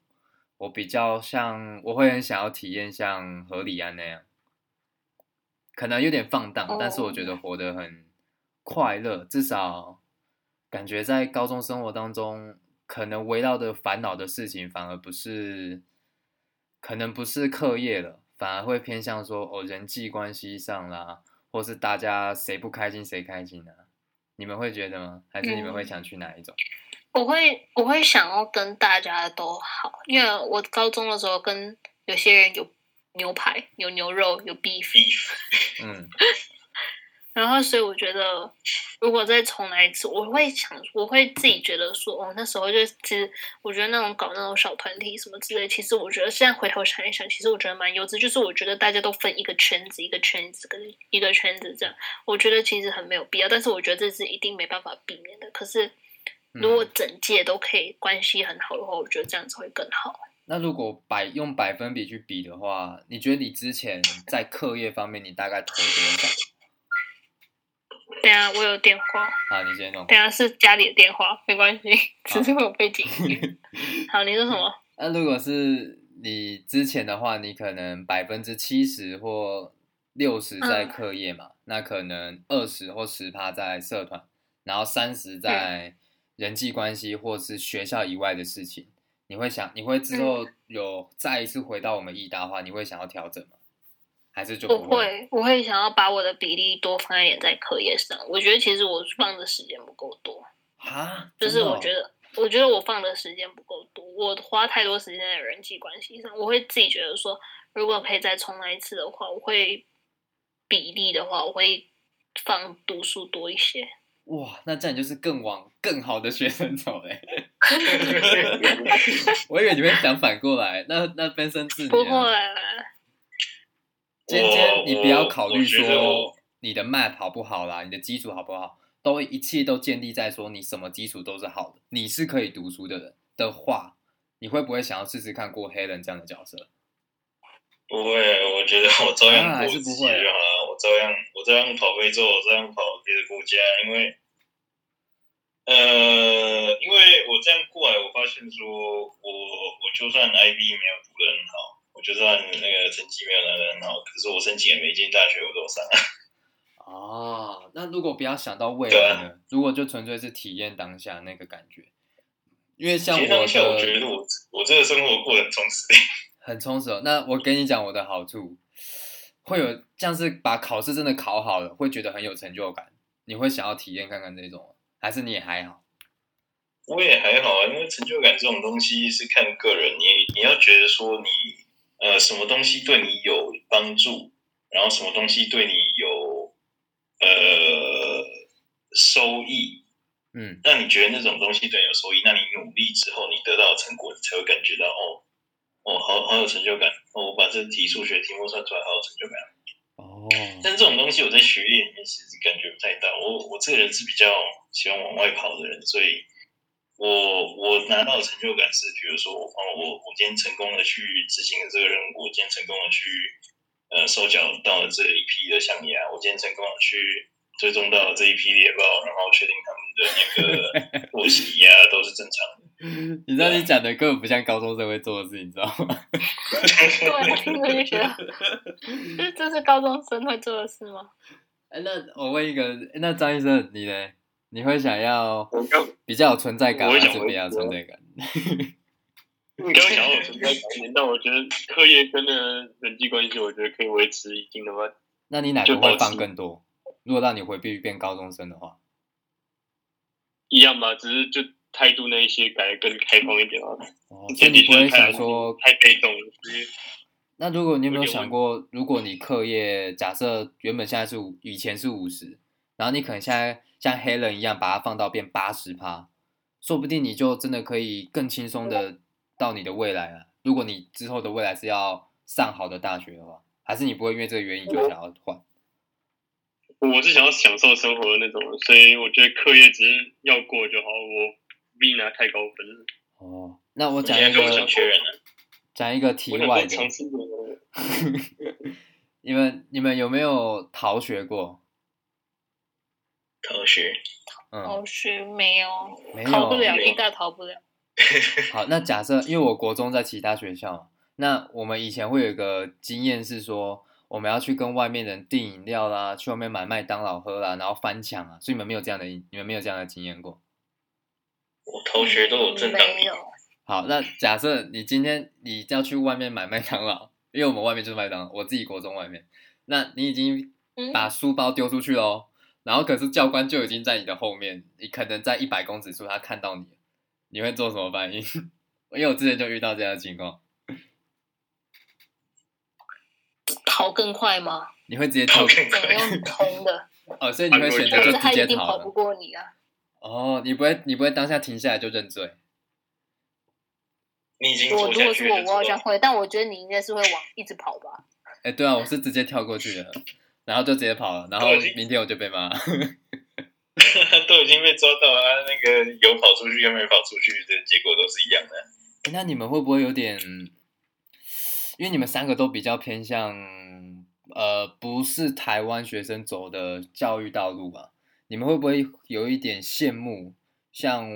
我比较像，我会很想要体验像何里安那样，可能有点放荡
哦，
但是我觉得活得很快乐，至少感觉在高中生活当中，可能围绕的烦恼的事情反而不是，可能不是课业了，反而会偏向说哦人际关系上啦，或是大家谁不开心谁开心啊，你们会觉得吗？还是你们会
嗯
想去哪一种？
我会我会想要跟大家都好，因为我高中的时候跟有些人有牛排、有牛肉、有 beef，
Beef，
嗯，
然后所以我觉得如果再重来一次，我会想我会自己觉得说，哦，那时候就其实我觉得那种搞那种小团体什么之类，其实我觉得现在回头想一想，其实我觉得蛮幼稚，就是我觉得大家都分一个圈子一个圈子跟一个圈子这样，我觉得其实很没有必要，但是我觉得这是一定没办法避免的，可是。如果
嗯
整届都可以关系很好的话，我觉得这样子会更好。
那如果百用百分比去比的话，你觉得你之前在课业方面你大概投多少？
等一下我有电话，
啊，你先弄。
等一下是家里的电话，没关系，只是会有背景音。好，你说什么？
那如果是你之前的话，你可能百分之七十或六
嗯
十在课业嘛，那可能二十或十趴在社团，然后三十在人际关系或是学校以外的事情。你会想，你会
嗯
之后有再一次回到我们艺大的话，你会想要调整吗？还是就
我
不
会，我会想要把我的比例多放一点在课业上。我觉得其实我放的时间不够多，
啊？
就是我觉
得
得，我觉得我放的时间不够多，我花太多时间在人际关系上。我会自己觉得说，如果可以再重来一次的话，我会比例的话，我会放读书多一些。
哇，那这样你就是更往更好的学生走嘞。我以为你会想反过来，那那 Benson 自你呢
不会，
啊今天你不要
我
考
我
虑
觉得
说
我
你的 map 好不好啦，你的基础好不好，都一切都建立在说你什么基础都是好的，你是可以读书的人的话，你会不会想要试试看过黑人这样的角色？
不会，我觉得我照样
啊
过
还是不会啊
自己就好了，我照样我照样跑非洲，我照样跑别的国家，因为呃，因为我这样过来，我发现说我我就算 IB 没有读的很好，我就算那个成绩没有拿的很好，可是我申请的每间大学我都上。
哦，那如果不要想到未
对
来
啊
呢？如果就纯粹是体验当下那个感觉，因为像
其
我
实当下我
的
觉得我我这个生活过得很充实。
很充实、哦。那我跟你讲我的好处，会有像是把考试真的考好了，会觉得很有成就感，你会想要体验看看这种，还是你也还好？
我也还好啊，因为成就感这种东西是看个人，你你要觉得说你呃什么东西对你有帮助，然后什么东西对你有呃收益，
嗯，
那你觉得那种东西对你有收益，那你努力之后你得到的成果，你才会感觉到哦哦好好有成就感，哦我把这题数学题目算出来，好有成就感。
哦，
但这种东西我在学业里面其实感觉不太到。我我这个人是比较喜欢往外跑的人，所以我我拿到的成就感是，比如说我哦我我今天成功的去执行了这个任务，我今天成功的去呃收缴到了这一批的象牙，我今天成功的去追踪到了这一批猎豹，然后确定他们的那个作息呀、都是正常的。
你知道你讲的根本不像高中生会做的事，你知道吗？
对，我听着就觉得，这这是高中生会做的事吗？
哎，那我问一个，那张医生你呢？你会想要
我刚
比较有存在感，
我
还
会想
是比较有存在感？
你刚刚讲我存在感一点，但我觉得课业跟那个人际关系，我觉得可以维持一定的话，
那你哪
就
个会
保
放
持
更多？如果让你回避变高中生的话，
一样吧，只是就态度那一些改得更开放一点啊。
哦，所以你不会想说
太被动了，就是
那如果你有没有
有点
想
问
过，如果你课业假设原本现在是五，以前是五十，然后你可能现在像黑人一样把它放到变八十趴，说不定你就真的可以更轻松的到你的未来了。如果你之后的未来是要上好的大学的话，还是你不会因为这个原因就想要换？
我是想要享受生活的那种人，所以我觉得课业只是要过就好，我不必拿太高分了。
哦，那我
你
讲
现在
一
跟我
个
想确认了，
讲一个题
我想
外
多
的，
尝试一点。
你们你们有没有逃学过？
同学，
嗯，
逃学没有，
没有
哦逃不了，
没有
应该逃不了。
好，那假设因为我国中在其他学校嘛，那我们以前会有一个经验是说，我们要去跟外面人订饮料啦，去外面买麦当劳喝啦，然后翻墙啊，所以你们没有这样的，你们没有这样的经验过。
我同学都有正当
嗯没
理由，
有，
好，那假设你今天你要去外面买麦当劳，因为我们外面就是麦当劳，我自己国中外面，那你已经
嗯
把书包丢出去喽，然后可是教官就已经在你的后面，你可能在一百公尺处他看到你，你会做什么反应？ 因为我之前就遇到这样的情况。
逃更快吗？
你会直 接跳
好看
怎么
快。
用 通的？
哦，所以你会选择
但
就是直
他
接
一定
逃
跑不
了。
过你啊！
哦，你不会，你不会当下停下来就认罪。
你已经做
我如
下
果
去
是
了
我，我好像会，但我觉得你应该是会往一直跑吧。
哎，对啊，我是直接跳过去的，然后就直接跑了，然后明天我就被骂。
都已经被抓到啊，那个有跑出去跟没跑出去的结果都是一样的。啊
诶 那你们会不会有点？因为你们三个都比较偏向，呃，不是台湾学生走的教育道路吧？你们会不会有一点羡慕，像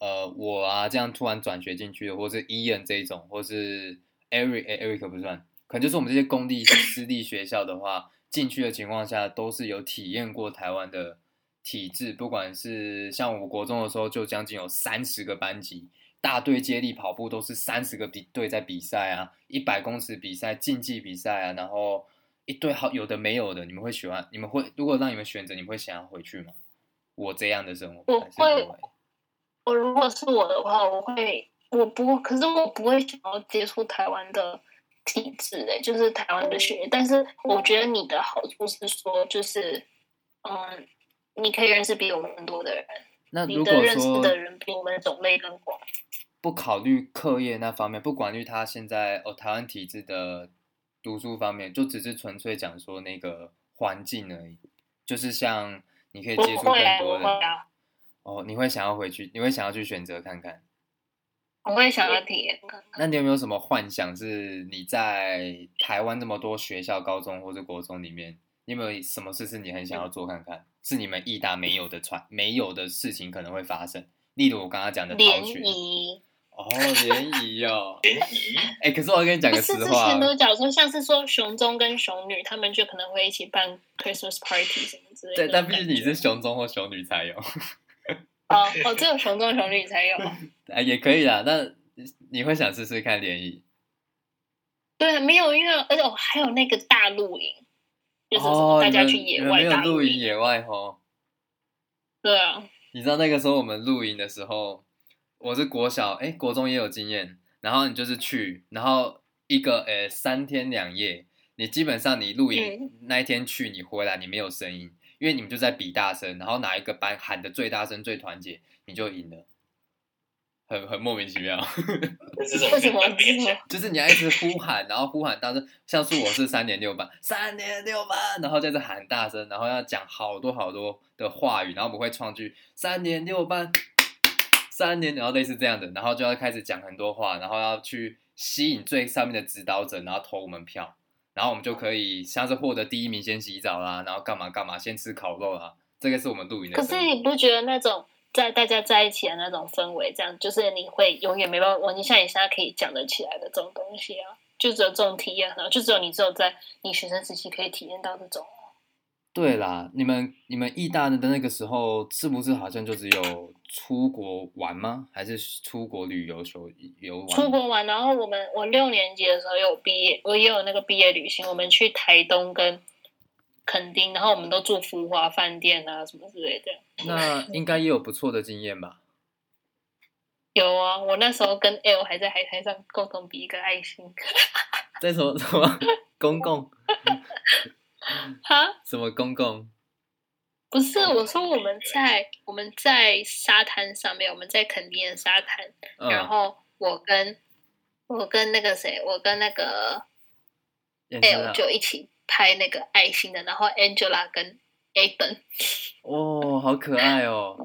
呃我啊这样突然转学进去的，或是 Ian 这一种，或是 Eric、诶 Eric 不算，可能就是我们这些公立私立学校的话，进去的情况下都是有体验过台湾的体制，不管是像我国中的时候，就将近有三十个班级，大队接力跑步都是三十个比队在比赛啊，一百公尺比赛、竞技比赛啊，然后一堆好有的没有的，你们会喜欢？你们会如果让你们选择，你们会想要回去吗？我这样的生活，
我
还是不
会我如果是我的话，我会，我不，可是我不会想要接触台湾的体制诶、就是台湾的学。但是我觉得你的好处是说，就是嗯，你可以认识比我们更多的人，
那
你
如
的
果
认识
说
的人比我们种类更广。
不考虑课业那方面，不管虑他现在哦台湾体制的读书方面，就只是纯粹讲说那个环境而已，就是像你可以
我
接触
会
更
啊，
多
我
的
会啊，
哦，你会想要回去，你会想要去选择看看。
我会想要体验看看。
那你有没有什么幻想？是你在台湾这么多学校、高中或者国中里面，你有没有什么事是你很
嗯
想要做看看？是你们义大没有的传没有的事情可能会发生，例如我刚刚讲的逃
联
学
谊
哦，联谊哦，
联谊
哎、可是我跟你讲
不
个
是
实
之
话哦
前，都讲说，像是说熊中跟熊女，他们就可能会一起办 Christmas party 什么之类的
对，
那种感觉。
但毕竟你是熊中或熊女才有，
哦哦，只有熊中熊女才 有啊。
哎，也可以啦。那你会想试试看联谊？
对，啊没有，因为而且我还有那个大露营，就是什么
哦，
大
你
家
们
去
你
野
们
外
没有
大
露营
营。
野外哦吼。
对啊，
你知道那个时候我们露营的时候，我是国小，哎、国中也有经验。然后你就是去，然后一个诶、呃三天两夜，你基本上你露营、那一天去，你回来你没有声音，因为你们就在比大声，然后哪一个班喊的最大声、最团结，你就赢了，很很莫名其妙。
那是什
为什么
么
只有？
就是你要一直呼喊，然后呼喊大声，像是我是三点六班，三点六班，然后就是喊大声，然后要讲好多好多的话语，然后我们会创句三点六班，三年，然后类似这样的，然后就要开始讲很多话，然后要去吸引最上面的指导者，然后投我们票，然后我们就可以像是获得第一名先洗澡啦，然后干嘛干嘛，先吃烤肉啦，这个是我们露营的
可
生活。
是你不觉得那种在大家在一起的那种氛围，这样就是你会永远没办法，我你像你现在可以讲得起来的这种东西啊，就只有这种体验很好，就只有你只有在你学生时期可以体验到这种。
对
嗯
啦，你们你们义大的那个时候，是不是好像就只有出国玩吗？还是出国旅游游游玩？
出国玩，然后我们我六年级的时候有毕业，我也有那个毕业旅行，我们去台东跟垦丁，然后我们都住福华饭店啊什么之类的。
那应该也有不错的经验吧？
有啊，我那时候跟 L 还在海滩上共同比一个爱心，
在什么什么公共
哈，
什么公共
不是，我说我们在我们在沙滩上面，我们在垦丁的沙滩，然
嗯，
后我跟我跟那个谁，我跟那个
也是
L
啊。
就一起拍那个爱心的，然后 Angela 跟 A 等，
哦，好可爱 哦，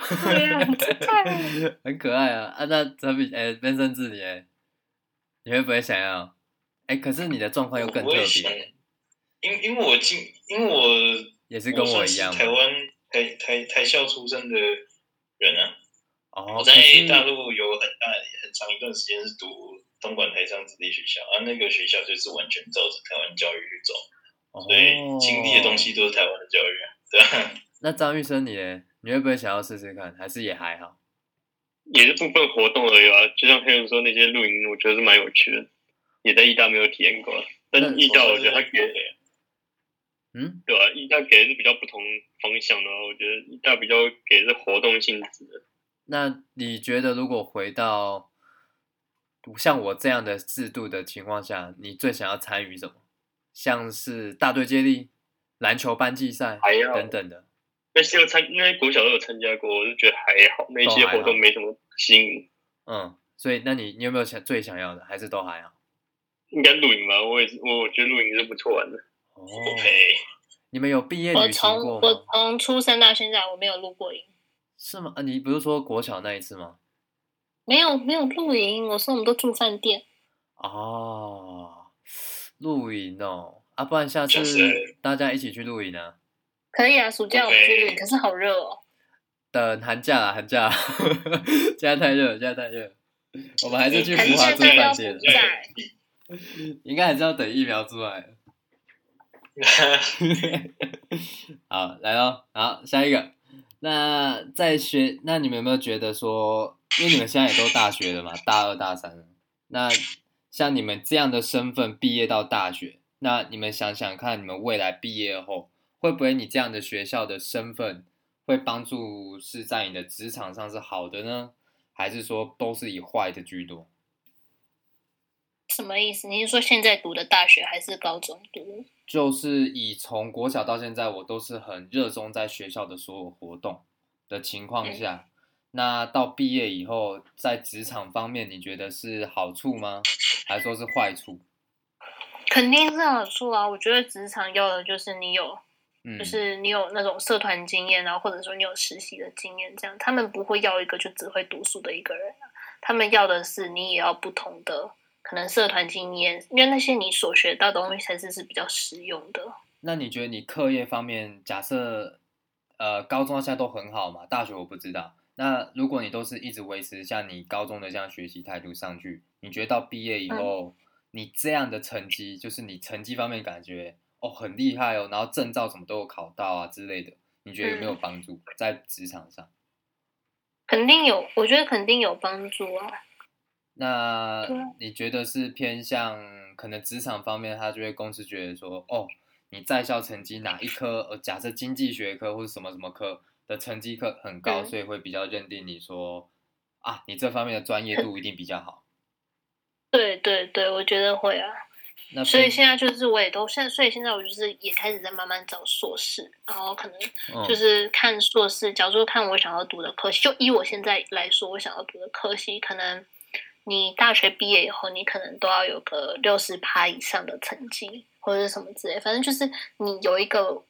对呀、很可爱啊
很可爱啊！啊，那陈比哎，变身自己哎，你会不会想要？哎，可是你的状况又更特
我也想
别，，
因因为我进，因为我
也是跟我
算
一
是
样
台
吗？
湾台台台校出身的人啊。
哦，
我
可
在
是
大陆有很大很长一段时间是读东莞台商子弟学校啊，那个学校就是完全照着台湾教育去走，所
哦
以经历的东西都是台湾的教育啊，对啊，
那张玉生你嘞，你会不会想要试试看？还是也还好？
也是部分活动而已啊。就像黑人说那些露营，我觉得是蛮有趣的，也在义大没有体验过啊。但是义大我觉得他给的
嗯，
对吧、啊义大给的是比较不同方向的啊，我觉得义大比较给的是活动性质的。
那你觉得如果回到像我这样的制度的情况下，你最想要参与什么？像是大队接力、篮球班级赛
还要
等等的。
那些有参，那些国小都有参加过，我就觉得还好，那
都
些
还好
活动没什么吸引我。
嗯，所以那你你有没有想最想要的？还是都还好？
应该露营吧，我也是，我我觉得露营是不错玩的。
哦，
不配。
你们有毕业
我
旅行
从
过
我
吗？
从出生到现在，我没有露过营，
是吗？啊，你不是说国小那一次吗？
没有没有露营。我说我们都住饭店，
哦，露营哦，啊，不然下次
就是
大家一起去露营啊。
可以啊，暑假我们去露营，
对
可是好热哦。
等寒假啦，寒假 啦，现在太热，现在太热，我们还是去
寒
福华
假欸
住
大家
饭
不
店了，
在，
应该还是要等疫苗出来。好，来咯，好，下一个。那在学，那你们有没有觉得说，因为你们现在也都大学了嘛，大二、大三了，那像你们这样的身份毕业到大学，那你们想想看，你们未来毕业后，会不会你这样的学校的身份会帮助是在你的职场上是好的呢？还是说都是以坏的居多？
什么意思？你是说现在读的大学还是高中读？
就是以从国小到现在，我都是很热衷在学校的所有活动的情
嗯
况下，那到毕业以后，在职场方面，你觉得是好处吗？还是说是坏处？
肯定是好处啊。我觉得职场要的就是你有，
嗯，
就是你有那种社团经验，然后或者说你有实习的经验，这样他们不会要一个就只会读书的一个人啊、他们要的是你也要不同的可能社团经验，因为那些你所学到的东西才是是比较实用的。
那你觉得你课业方面，假设呃高中到现在都很好嘛？大学我不知道。那如果你都是一直维持像你高中的这样学习态度上去，你觉得到毕业以后，你这样的成绩，就是你成绩方面感觉哦很厉害哦，然后证照什么都有考到啊之类的，你觉得有没有帮助在职场上？
肯定有，我觉得肯定有帮助啊。
那
对
你觉得是偏向可能职场方面，他就会公司觉得说，哦，你在校成绩哪一科，呃，假设经济学科或者什么什么科的成绩课很高，
嗯
所以会比较认定你说，啊，你这方面的专业度一定比较好。
对对对，我觉得会啊。
那
所以
偏
现在就是我也都现在，所以现在我就是也开始在慢慢找硕士，然后可能
嗯
就是看硕士，假如说看我想要读的科系，就以我现在来说，我想要读的科系，可能你大学毕业以后，你可能都要有个六十趴以上的成绩，或者是什么之类，反正就是你有一个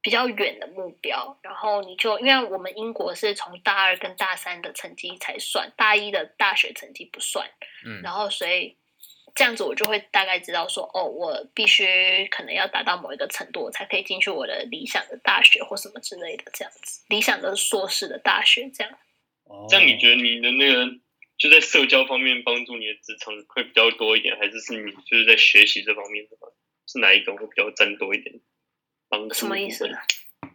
比较远的目标，然后你就因为我们英国是从大二跟大三的成绩才算，大一的大学成绩不算。
嗯
然后所以这样子我就会大概知道说，哦，我必须可能要达到某一个程度，我才可以进去我的理想的大学或什么之类的，这样子理想的硕士的大学这样。
哦
这样你觉得你的那个就在社交方面帮助你的职场会比较多一点，还是是你就是在学习这方面的话，是哪一种会比较占多一点帮助？
什么意思啊呢？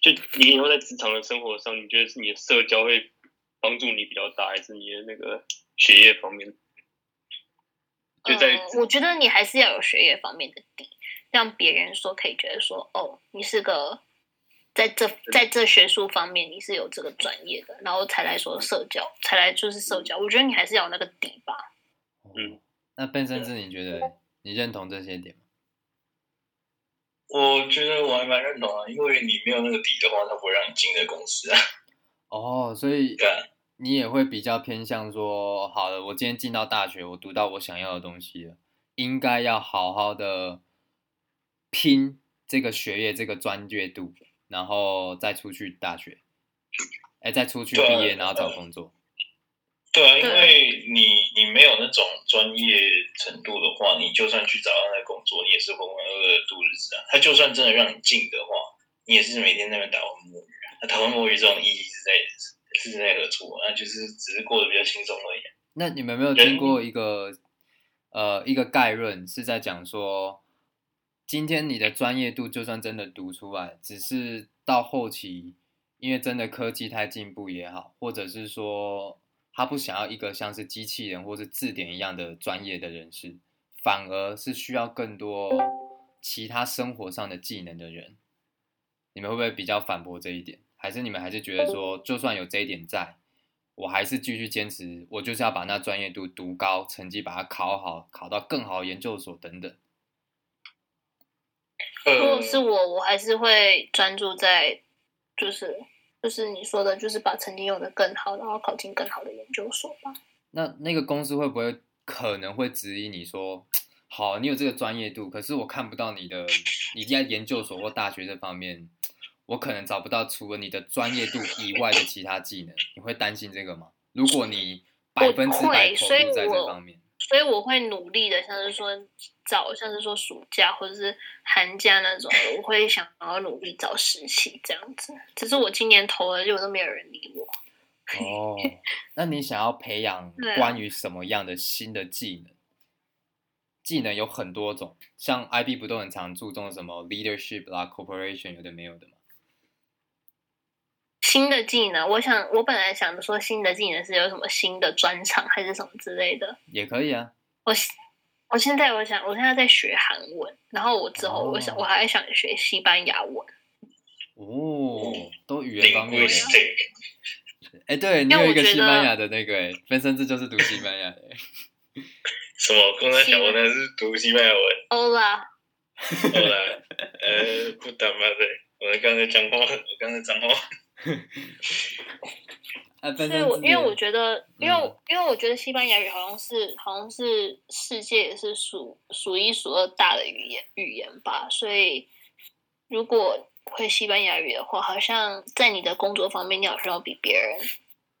就你以后在职场的生活上，你觉得是你的社交会帮助你比较大，还是你的那个学业方面？就在
呃，我觉得你还是要有学业方面的底，让别人说可以觉得说，哦，你是个。在这
嗯
在这学术方面，你是有这个专业的，然后才来说社交，才来就是社交。我觉得你还是要有那个底吧。
嗯，
哦那变身智你觉得你认同这些点吗？
我觉得我还蛮认同啊，因为你没有那个底的话，他不会让你进这个公司啊。
哦，所以
对啊，
你也会比较偏向说，好了，我今天进到大学，我读到我想要的东西了，应该要好好的拼这个学业这个专业度，然后再出去大学，哎，再出去毕
对啊
业，然后找工作。
对啊，因为你你没有那种专业程度的话，你就算去找到那个工作，你也是浑浑噩噩的度日子啊。他就算真的让你进的话，你也是每天在那边打混摸鱼啊。那打混摸鱼这种意义是在是在何处？啊那就是只是过得比较轻松而已啊、
那你们有没有听过一个呃一个概论，是在讲说，今天你的专业度就算真的读出来，只是到后期，因为真的科技太进步也好，或者是说他不想要一个像是机器人或是字典一样的专业的人士，反而是需要更多其他生活上的技能的人。你们会不会比较反驳这一点？还是你们还是觉得
哦
说，就算有这一点在，我还是继续坚持，我就是要把那专业度读高，成绩把它考好，考到更好的研究所等等。
如
呃
果是我，我还是会专注在，就是就是你说的，就是把成绩用的更好，然后考进更好的研究所吧。
那那个公司会不会可能会质疑你说，好，你有这个专业度，可是我看不到你的你在研究所或大学这方面，我可能找不到除了你的专业度以外的其他技能，你会担心这个吗？如果你百分之百
我会
投
所以
入在这
我
方面，
所以我会努力的，像是说找，像是说暑假或者是寒假那种，我会想要努力找实习这样子。只是我今年投了，结果都没有人理我。
哦，那你想要培养
对啊
关于什么样的新的技能？技能有很多种，像 IB 不都很常注重什么 leadership 啦、corporation 有的没有的嘛。
新的技能，我想我本来想着说新的技能是有什么新的专长还是什么之类的，
也可以啊。
我现我现在我想，我现在在学韩文，然后我之后我想、
哦
我还想学西班牙文，
哦，都语言方面的。
啊
linguistic，
哎，对你
但
有
我
一个
觉
西班
得
牙的那个，哎，分身这就是读西班牙的。欸
什么？刚才小文那是读西班牙文，
欧啦，
后来呃，不打妈的，我刚才讲话，我刚才讲话，
啊，本
所以
身
我
自己
因为我觉得，因为我、
嗯
因为我觉得西班牙语好像是好像是世界也是数数一数二大的语言语言吧，所以如果会西班牙语的话，好像在你的工作方面，你好像要比别人。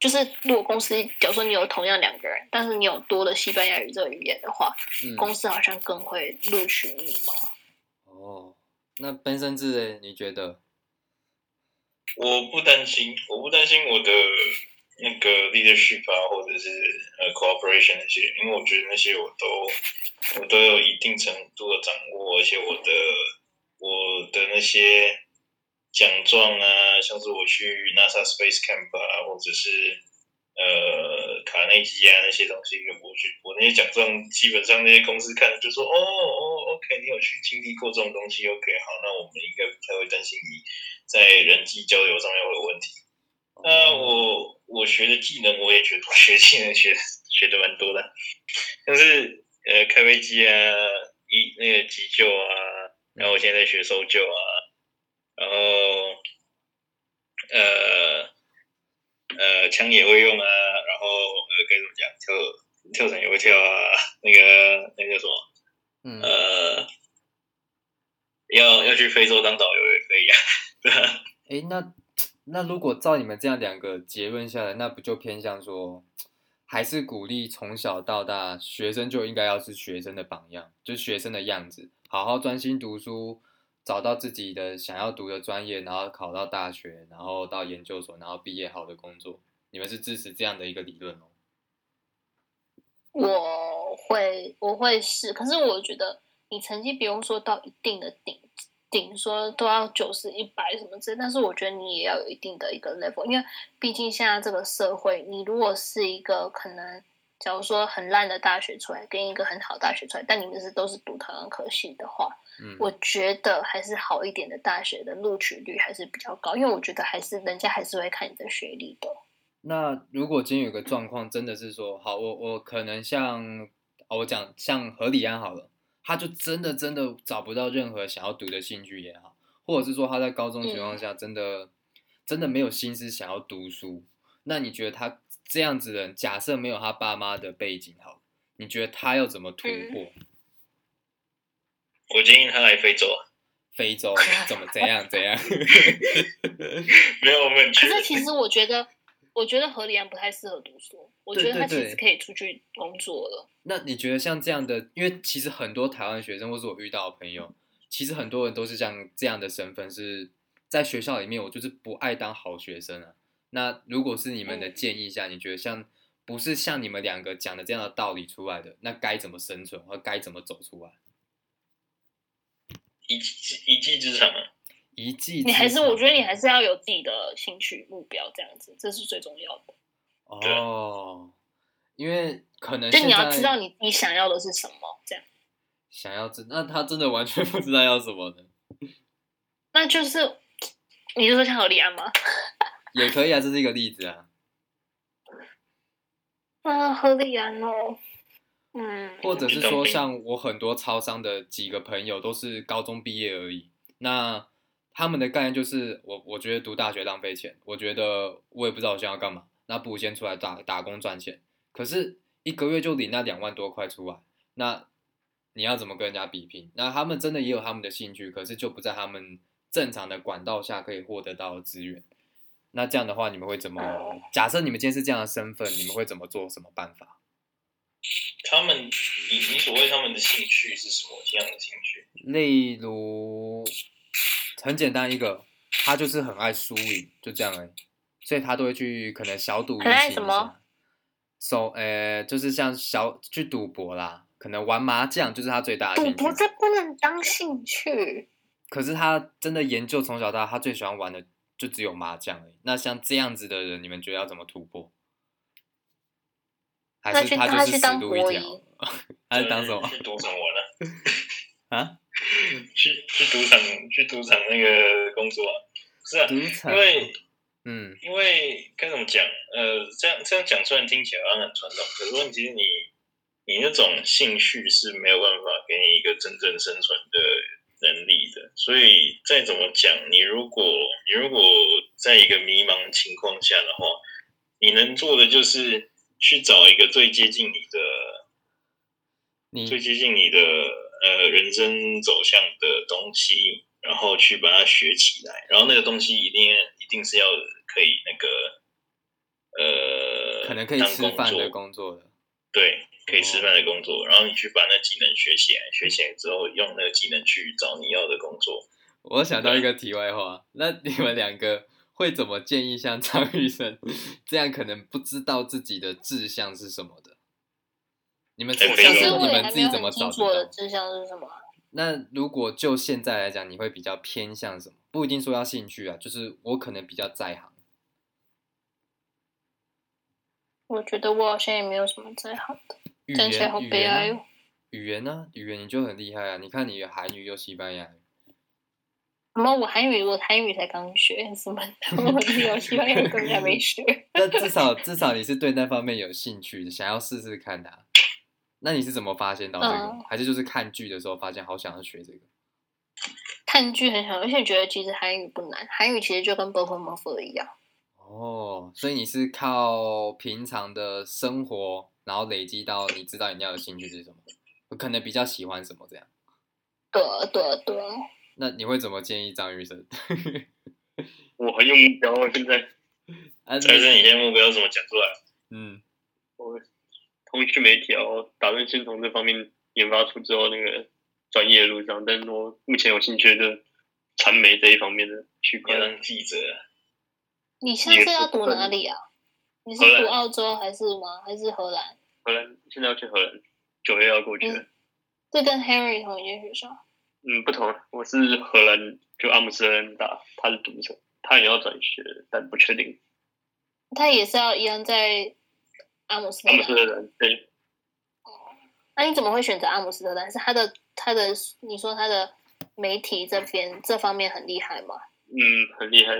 就是如果公司，假如说你有同样两个人，但是你有多了西班牙语这个语言的话，
嗯
公司好像更会录取你嘛。
哦，那本身自己你觉得？
我不担心，我不担心我的那个 leadership 啊，或者是呃 cooperation 那些，因为我觉得那些我都我都有一定程度的掌握，而且我的我的那些奖状啊，像是我去 NASA Space Camp 啊，或者是呃卡内基啊那些东西，我去我那些奖状，基本上那些公司看了就说哦哦 OK，你有去经历过这种东西，OK 好，那我们应该不太会担心你。在人际交流上面会有问题。那呃我我学的技能，我也觉得我学技能学学的蛮多的，像是呃开飞机啊，一那个急救啊，然后我现在在学搜救啊，然后呃呃枪也会用啊，然后呃该怎么讲跳跳伞也会跳啊，那个那个叫什么
嗯，
呃要要去非洲当导游也可以啊，对啊。
诶，那那如果照你们这样两个结论下来，那不就偏向说，还是鼓励从小到大学生就应该要是学生的榜样，就是学生的样子，好好专心读书，找到自己的想要读的专业，然后考到大学，然后到研究所，然后毕业好的工作。你们是支持这样的一个理论哦？
我会我会试，可是我觉得你成绩不用说到一定的顶顶，说都要九十一百什么之类，但是我觉得你也要有一定的一个 level，因为毕竟现在这个社会，你如果是一个可能，假如说很烂的大学出来，跟一个很好的大学出来，但你们是都是读同样科系的话，
嗯，
我觉得还是好一点的大学的录取率还是比较高，因为我觉得还是人家还是会看你的学历的。
那如果今天有个状况，真的是说，好，我我可能像，哦我讲像何里安好了，他就真的真的找不到任何想要读的兴趣也好，或者是说他在高中情况下真的、真的没有心思想要读书，那你觉得他这样子的人，假设没有他爸妈的背景好了，你觉得他要怎么突破？
我建议他来非洲啊，
非洲怎么怎样怎样？
没有我们
可
去
是其实我觉得，我觉得何里安不太适合读书，我觉得他其实可以出去工作了。
那你觉得像这样的，因为其实很多台湾学生或是我遇到的朋友，其实很多人都是像这样的身份，是在学校里面我就是不爱当好学生啊。那如果是你们
嗯
的建议下，你觉得像不是像你们两个讲的这样的道理出来的，那该怎么生存或该怎么走出来？
一技一技之长啊。
一技
你还是我觉得你还
是
是要有自己的兴趣目标，这样子这是最重要的。
哦，因为可能嗯
就
现
你要
在
知道你你想要的是什么，这样。
想要知，那他真的完全不知道要什么呢？
那就是你就说像何里安吗？
也可以啊，这是一个例子啊。
啊，何里安哦，嗯，
或者是
当
说，
兵
像我很多超商的几个朋友都是高中毕业而已，那他们的概念就是，我我觉得读大学浪费钱，我觉得我也不知道我想要干嘛，那不如先出来打打工赚钱。可是一个月就领那两万多块出来，那你要怎么跟人家比拼？那他们真的也有他们的兴趣，可是就不在他们正常的管道下可以获得到的资源。那这样的话，你们会怎么？假设你们今天是这样的身份，你们会怎么做？什么办法？
他们，你你所谓他们的兴趣是什么样的兴趣？
例如，很简单一个，他就是很爱输赢，就这样而已，所以他都会去可能小赌怡
很爱
情一
什么
下，手呃就是像小去赌博啦，可能玩麻将就是他最大的
赌
兴趣
博。这不能当兴趣。
可是他真的研究从小到大，他最喜欢玩的就只有麻将而已。那像这样子的人，你们觉得要怎么突破？
那
还是
去
他
他
就是
去
死
当
路一
国
条
营？
还是当什
呃
么
去赌场玩啊？
啊？
去去赌场去赌场那个工作啊？是啊，
赌场
因？为
嗯
因为该怎么讲？呃，这样这样讲虽然听起来好像很传统，可是问题是你你那种兴趣是没有办法给你一个真正生存的能力的。所以再怎么讲，你如果你如果在一个迷茫的情况下的话，你能做的就是去找一个最接近你的、
你
最接近你的呃人生走向的东西，然后去把它学起来。然后那个东西一定一定是要可以那个呃，
可能可以
当
吃
工
饭
作
的工哦作了。
对，可以吃饭的工作，然后你去把那技能学起来，学起来之后用那个技能去找你要的工作。
我想到一个题外话，那你们两个会怎么建议像张玉生这样可能不知道自己的志向是什么的？你们
哎
像
没有
可
是
是
你
我也
们
还
自
没
己
有
怎么
很
找
清
得
楚我的
到？
志向是什么啊。
那如果就现在来讲，你会比较偏向什么？不一定说要兴趣啊，就是我可能比较在行。
我觉得我好像也没有什么最好的，
语
看起来
言
好
语
悲哀
言
哦
啊，语言呢、语言你就很厉害啊！你看你有韩语又西班牙语，
什么我韩语我韩语才刚学，什么 我自由西班牙语根本还没学。
但至少至少你是对那方面有兴趣的，想要试试看的啊、那你是怎么发现到这个？
嗯
还是就是看剧的时候发现好想要学这个？
看剧很想，而且觉得其实韩语不难，韩语其实就跟 b o k m o f 一样。
哦，所以你是靠平常的生活，然后累积到你知道你要有兴趣是什么，可能比较喜欢什么这样。
对啊对啊对啊，
那你会怎么建议张雨生？
我很有目标啊，现在
啊，
但是你现在目标怎么讲出来？
嗯，
我通讯媒体啊，我打算先从这方面研发出之后那个专业的路上，但是我目前有兴趣的就是传媒这一方面的区
你
块
要。当记者啊，
你现在是要读哪里啊？你是
荷兰
读澳洲还是吗？还是荷兰？
荷兰现在要去荷兰，九月要过去了。
这跟 Henry 同一间学校。
嗯，不同，我是荷兰，就阿姆斯特丹大，他是读者，他也要转学，但不确定。
他也是要一样在阿姆斯
阿姆
特
斯
丹。
特丹对，
那你怎么会选择阿姆斯特丹？是他的他的，你说他的媒体这边这方面很厉害吗？
嗯，很厉害。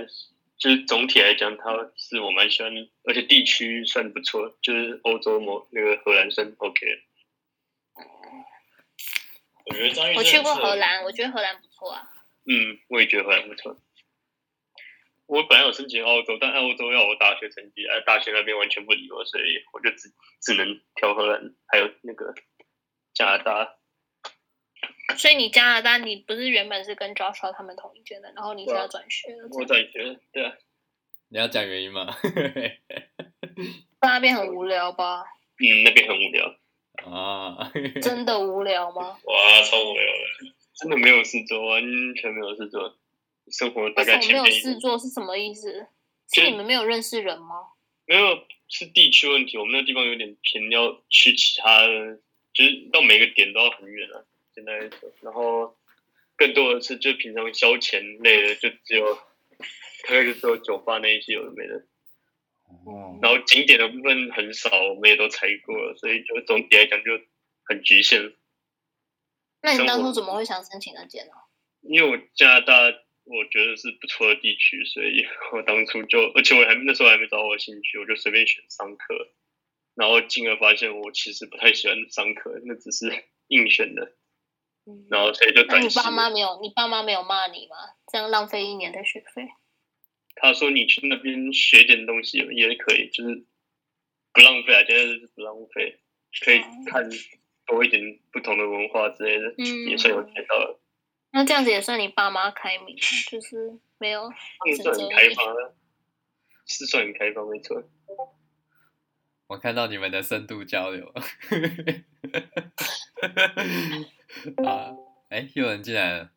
就是总体来讲，他是我蛮喜欢，而且地区算不错，就是欧洲某那个荷兰算 OK 的。
我觉得张玉
我
生
去
很
过
适合
荷，兰，我觉得荷兰不错啊。
嗯，我也觉得荷兰不错。我本来有申请澳洲，但澳洲要我大学成绩，哎，大学那边完全不理我，所以我就只只能挑荷兰，还有那个加拿大。
所以你加拿大，你不是原本是跟 Joshua 他们同一间的，然后你现在转学了，这
啊我
样
转学，对啊，
你要讲原因吗？
不然那边很无聊吧？
嗯，那边很无聊。
啊，
真的无聊吗？
哇，超无聊的。
真的没有事做，完全没有事做，生活大
为
概
什么
前
没有
面一
事做是什么意思？
就是
你们没有认识人吗？
没有是地区问题，我们那地方有点偏，要去其他的，就是到每个点都要很远啊，简单来说。然后更多的是就平常消遣类的，就只有大概就只有酒吧那一些有的没的。
哦
然后景点的部分很少，我们也都踩过了，所以就总体来讲就很局限。
那你
生活
当初怎么会想申请那间呢、啊
因为我加拿大我觉得是不错的地区，所以我当初就，而且我还那时候还没找到我的兴趣，我就随便选商科，然后进而发现我其实不太喜欢商科，那只是硬选的，
嗯
然后所以就
那
转
你
系。
爸妈没有，你爸妈没有骂你吗？这样浪费一年的学费。
他说你去那边学点东西也可以，就是不浪费啊，现在是不浪费，可
哦
以看多一点不同的文化之类的，
嗯
也算有学到了。
那这样子也算你爸妈开明，就是没有
他们算很开放的，是算很开放，没错。
我看到你们的深度交流。啊，哎，有人进来了，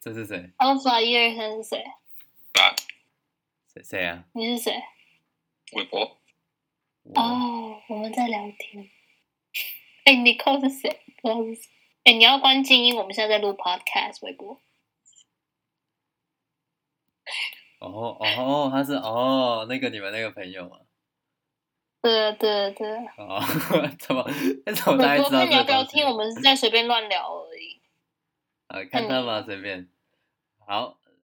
这是谁？
Alpha 一二三是谁？
谁谁啊？
你是谁？
韦伯，
我
哦，我们在聊天。 哎、你 n 是谁？不知道是谁。哎、你要关静音，我们现在在录 podcast，微博。
哦哦，他是哦那个你们那个朋友啊。
对啊对啊对啊，
哦， 怎么？怎么大
微
家知
博，
道这
看你要
个
不要
东西
听，我？们是在随便乱聊而已。
啊，看
嗯
到吗？随便。好，